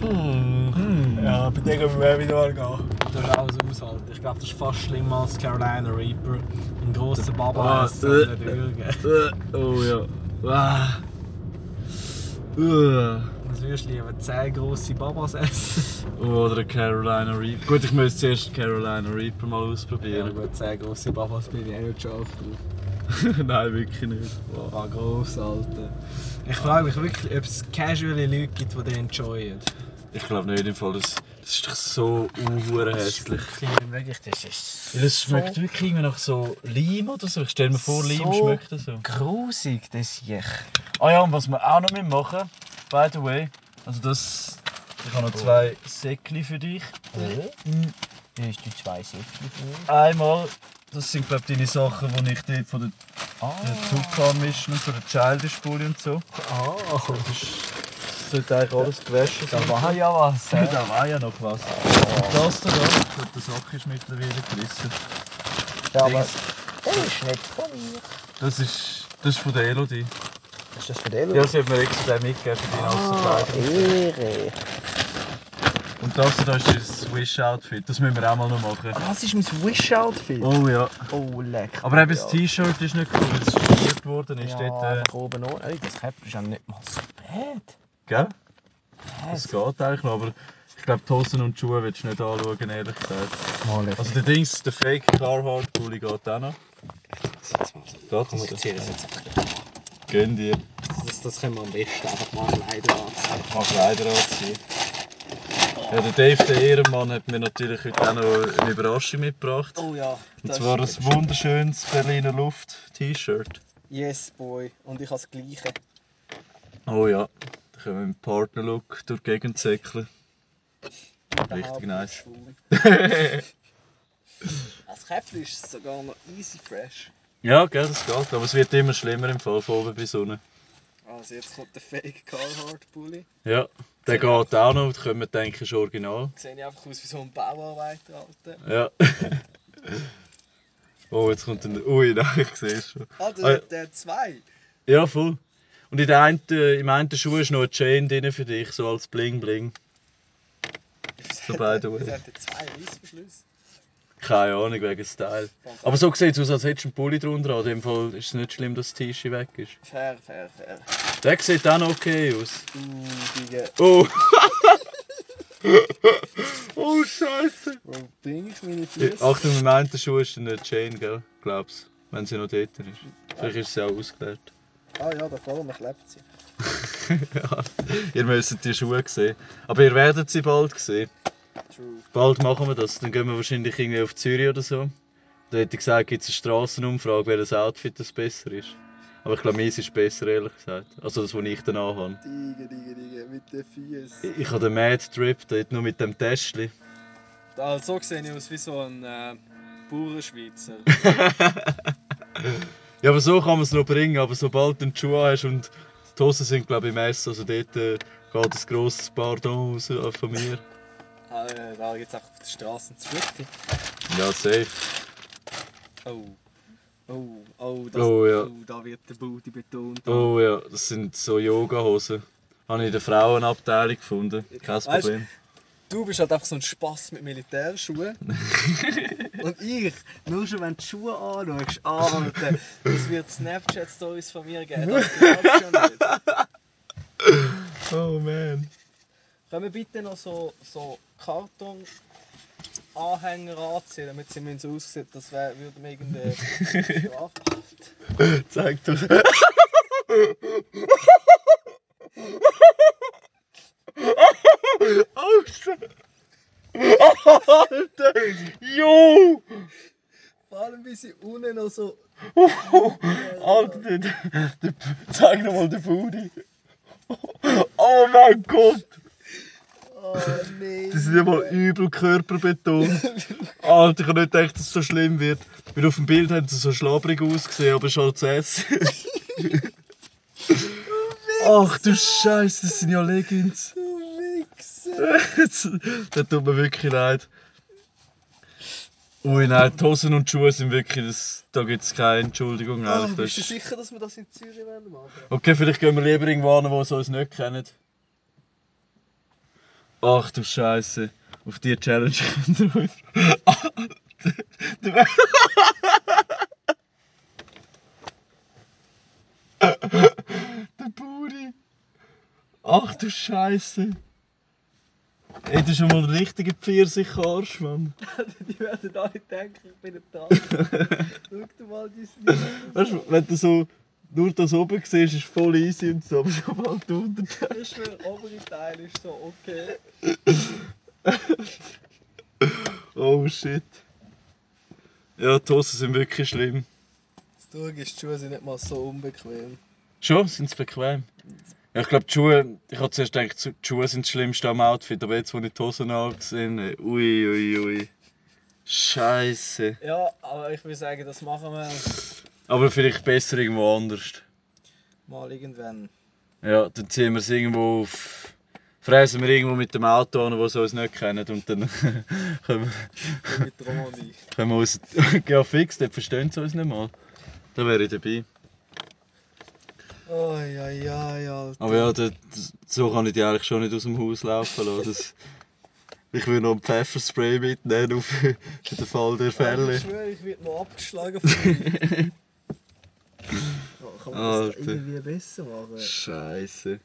D: Hm.
A: Ja, bei dem können wir auch wieder mal gehen. Das ist alles aushalten. Ich glaube, das ist fast schlimmer als Carolina Reaper. Ein grosser Baba
B: Ah,
A: ist so
B: äh.
A: nicht würgen.
B: Oh ja. Ah. Uh.
A: Was würdest du lieber 10 grosse Babas essen?
B: Oh, Oder Carolina Reaper. Gut, ich müsste zuerst Carolina Reaper mal
A: Ja,
B: ausprobieren.
A: gut, 10 grosse Babas bin ich auch nicht scharf drauf.
B: Nein, wirklich nicht.
A: Boah, gross, Alter. Ich frage mich wirklich, ob es casual Leute gibt, die den enjoyen.
B: Ich glaube nicht im Fall. Das, das ist doch so unhure hässlich.
A: Das ist wirklich, das ist
B: Weil es schmeckt wirklich irgendwie nach so Leim oder so. Ich stelle mir vor, Leim
D: So.
B: schmeckt das so.
D: Grusig, das ich.
B: Ah ja, und was wir auch noch machen müssen, by the way, also das. Ich habe noch zwei Säckchen für dich.
D: Äh?
B: Mhm.
D: Hier hast du zwei Säckchen für mich.
B: Einmal, das sind glaube ich deine Sachen, die ich dort von der, der
D: Ah.
B: Zucker mischen und so, der Childish Bulli und so.
A: Ah,
B: Oh, Das, ist, das sollte eigentlich alles gewaschen sein.
D: Da war ja was. hä?
B: Da war ja noch was. Und das da, da, ich glaube, der Sack ist mittlerweile gerissen.
D: Ja, aber das ist nicht von mir.
B: Das ist, das ist von der Elodie.
D: Ist das für den?
B: Ja, sie hat mir extra den mitgegeben für deine
D: Ah,
B: Außenkleidung.
D: Ehre.
B: Und das da ist das Swish-Outfit, das müssen wir auch mal noch machen.
D: Das ist mein Wish-Outfit.
B: Oh ja.
D: Oh, lecker.
B: Aber eben das
D: Ja.
B: T-Shirt ist nicht cool, weil es studiert worden ist.
D: Ja,
B: Dort, äh,
D: einfach oben ohne. Ey, das Käppchen ist ja nicht mal so bad.
B: gell? Das geht eigentlich noch, aber ich glaube, die Hosen und die Schuhe willst du nicht anschauen, ehrlich gesagt.
D: Mal
B: Also der Dings, der Fake Carhartt Pulli geht auch noch. Geht das? Gönn dir.
A: das, das können wir am besten einfach mal leider anziehen.
B: Mal Kleider anziehen. Ja, der Dave, der Ehrenmann, hat mir natürlich heute auch noch eine Überraschung mitgebracht.
A: Oh ja,
B: Und zwar ein wunderschönes Berliner Luft-T-Shirt.
A: Yes, boy. Und ich habe das Gleiche.
B: Oh ja, da können wir im Partnerlook durch die Gegend säckeln. Richtig nice.
A: Als Käppchen ist es sogar noch easy fresh.
B: Ja, gell, das geht. Aber es wird immer schlimmer im Fall von oben bis unten.
A: Also jetzt kommt der Fake Carhartt Pulli.
B: Ja, der geht auch noch. Da können wir denken, ist original.
A: Sehe ich einfach aus wie so ein Bauarbeiter, Alter.
B: Ja. oh, jetzt kommt ein. Ui, nein, ich sehe es schon.
A: Ah,
B: Ah, ja.
A: der, der zwei.
B: Ja, voll. Und in der einen, äh, im einen Schuh ist noch eine Chain drin für dich, so als Bling-Bling. So by the
A: Der
B: way.
A: hat zwei Reissverschlüsse.
B: Keine Ahnung, wegen Style. Aber so sieht es aus, als hättest du einen Pulli drunter an. In dem Fall ist es nicht schlimm, dass das T-Shirt weg ist.
A: Fair, fair, fair.
B: Der sieht auch noch okay aus.
A: Uh, Digga.
B: Oh! oh, Scheiße!
A: Wo bring ich meine
B: Ja,
A: Füße?
B: Achtung, im einen Schuh ist eine Chain, gell? Glaub's. Wenn sie noch dort ist. Vielleicht ist sie auch ausgeleert.
A: Ah ja, da vorne klebt sie.
B: Ja, ihr müsst die Schuhe sehen. Aber ihr werdet sie bald sehen.
A: True.
B: Bald machen wir das. Dann gehen wir wahrscheinlich irgendwie auf Zürich oder so. Da hätte ich gesagt, gibt es eine Straßenumfrage, welches Outfit das besser ist. Aber ich glaube, meins ist besser, ehrlich gesagt. Also das, was ich dann habe.
E: Digga, Digga, Digga, mit den Fies.
B: Ich, ich habe den Mad Trip dort nur mit dem Täschchen.
A: Also, so sehe ich aus wie so ein äh, Bauernschweizer.
B: Ja, aber so kann man es noch bringen, aber sobald du die Schuhe hast und die Hosen sind, glaube ich, im Essen, also dort äh, geht ein grosses Pardon raus äh, von mir.
A: Äh, da geht's einfach auf die Straßen zurück.
B: Ja, safe.
A: Oh. Oh, oh, das,
B: Oh ja.
A: oh, da wird der Booty betont.
B: Oh ja, das sind so Yoga-Hosen. Habe ich in der Frauenabteilung gefunden. Kein
A: Weißt-
B: Problem.
A: Du bist halt einfach so ein Spaß mit Militärschuhen. Und ich, nur schon wenn du die Schuhe anschaust, Alter, das wird Snapchat-Stories von mir geben. Das glaubst du schon nicht.
B: Oh man.
A: Können wir bitte noch so, so Karton-Anhänger anziehen, damit sie müssen so aussehen, das wär, würde mir irgendeine Strafe.
B: Zeig doch. oh, shit. Alter! Jo!
A: Vor allem, wie sie unten noch so.
B: Alter, der, der, der, zeig nochmal den Booty. Oh mein Gott!
A: Oh nee.
B: Die sind ja mal übel körperbetont. Alter, ich habe nicht gedacht, dass es so schlimm wird. Weil auf dem Bild haben sie so schlabrig ausgesehen, aber schon zu essen. Ach du Scheiße, das sind ja Leggings.
A: Du Wichser.
B: Das das tut mir wirklich leid. Ui, nein, die Hosen und die Schuhe sind wirklich. Das, da gibt es keine Entschuldigung.
A: Oh,
B: Eigentlich.
A: bist du
B: Das ist,
A: sicher, dass wir das in Zürich machen wollen?
B: okay, vielleicht gehen wir lieber irgendwo an, wo sie uns nicht kennen. Ach du Scheiße. Auf diese Challenge könnt ihr euch. Der Buri! Ach du Scheiße! Ey, das ist schon mal ein richtiger Pfirsichkarsch, Mann.
A: Die werden alle denken, ich bin ein Tag. Schau dir mal die Sneakers.
B: Weißt du, wenn du so nur das oben siehst, ist voll easy und so, aber sobald du unter
A: Ich schwöre, der obere Teil ist so okay.
B: Oh shit. Ja, die Hosen sind wirklich schlimm.
A: Das Ding ist, die Schuhe sind nicht mal so unbequem.
B: Schon, sind sie bequem. Ja, ich glaube, die Schuhe, ich habe zuerst gedacht, die Schuhe sind das Schlimmste am Outfit, aber jetzt, wo ich die Hosen angesehen habe, ui, ui, ui. Scheiße.
A: Ja, aber ich würde sagen, das machen wir
B: Aber vielleicht besser irgendwo anders.
A: mal irgendwann.
B: Ja, dann ziehen wir es irgendwo auf. Fräsen wir irgendwo mit dem Auto an, wo sie uns nicht kennen und dann können wir-
A: Mit Romani.
B: können wir uns. ja, fix, dann verstehen sie uns nicht mal. Dann wäre ich dabei.
A: Oh, ja, ja, ja.
B: Aber ja, dort- so kann ich die eigentlich schon nicht aus dem Haus laufen lassen. Das, ich will noch ein Pfefferspray mitnehmen auf, für den Fall der
A: Ich
B: Fälle.
A: schwöre, ich werde mal abgeschlagen von dir. oh, kann man das
B: Ah, Alter.
A: irgendwie besser machen?
B: Scheiße.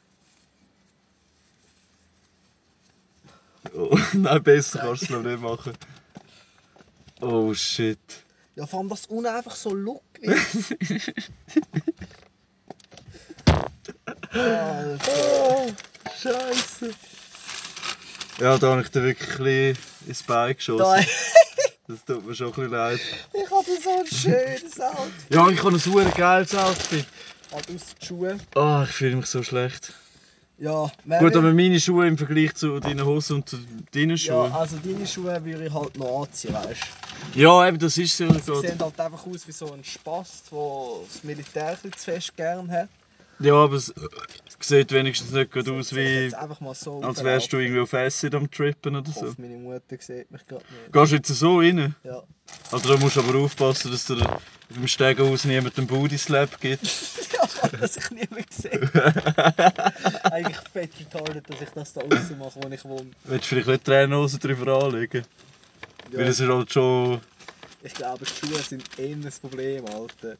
B: Oh, nein, besser kannst du es noch nicht machen. Oh shit.
A: Ja, vor allem das unten einfach so look ist. Alter.
B: Scheiße. Ja, da habe ich dir wirklich ein bisschen ins Bein
A: Da-
B: geschossen. Das tut mir schon ein bisschen leid.
A: Ich habe so ein schönes Auto.
B: Ja, ich habe ein super geiles Outfit.
A: Halt aus die Schuhe.
B: Ah, ich fühle mich so schlecht.
A: Ja, wer
B: Gut,
A: will-
B: aber meine Schuhe im Vergleich zu deinen Hosen und zu deinen
A: ja,
B: Schuhen. Äh, Ja,
A: also deine Schuhe würde ich halt noch anziehen, weißt du.
B: eben, das ist so.
A: Sie
B: Gott.
A: sehen halt einfach aus wie so ein Spast, der das Militär ein bisschen zu fest gern hat.
B: Ja, aber es äh, es sieht wenigstens nicht gerade aus,
A: So, ich
B: wie,
A: jetzt einfach mal so
B: als wärst du irgendwie auf Acid am Trippen oder
A: Ich
B: so.
A: hoffe, meine Mutter sieht mich gerade nicht.
B: Gehst du jetzt so rein?
A: Ja.
B: Also, da musst du aber aufpassen, dass dir beim Stegenhaus niemand einen Booty Slap gibt.
A: ja, dass ich niemand sehe. Eigentlich fett retarded, dass ich das da außen mache, wo ich wohne.
B: Willst du vielleicht nicht Tränenhosen drüber anlegen? Weil es ist halt schon.
A: Ich glaube, die Schuhe sind eher das Problem, Alter.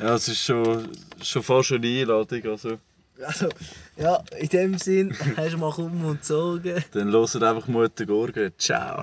B: Ja, es ist schon, schon fast eine Einladung. Also,
A: Also, ja, in dem Sinn, hast du mal kommen und zogen.
B: dann hört einfach Mutter Gorge. Ciao.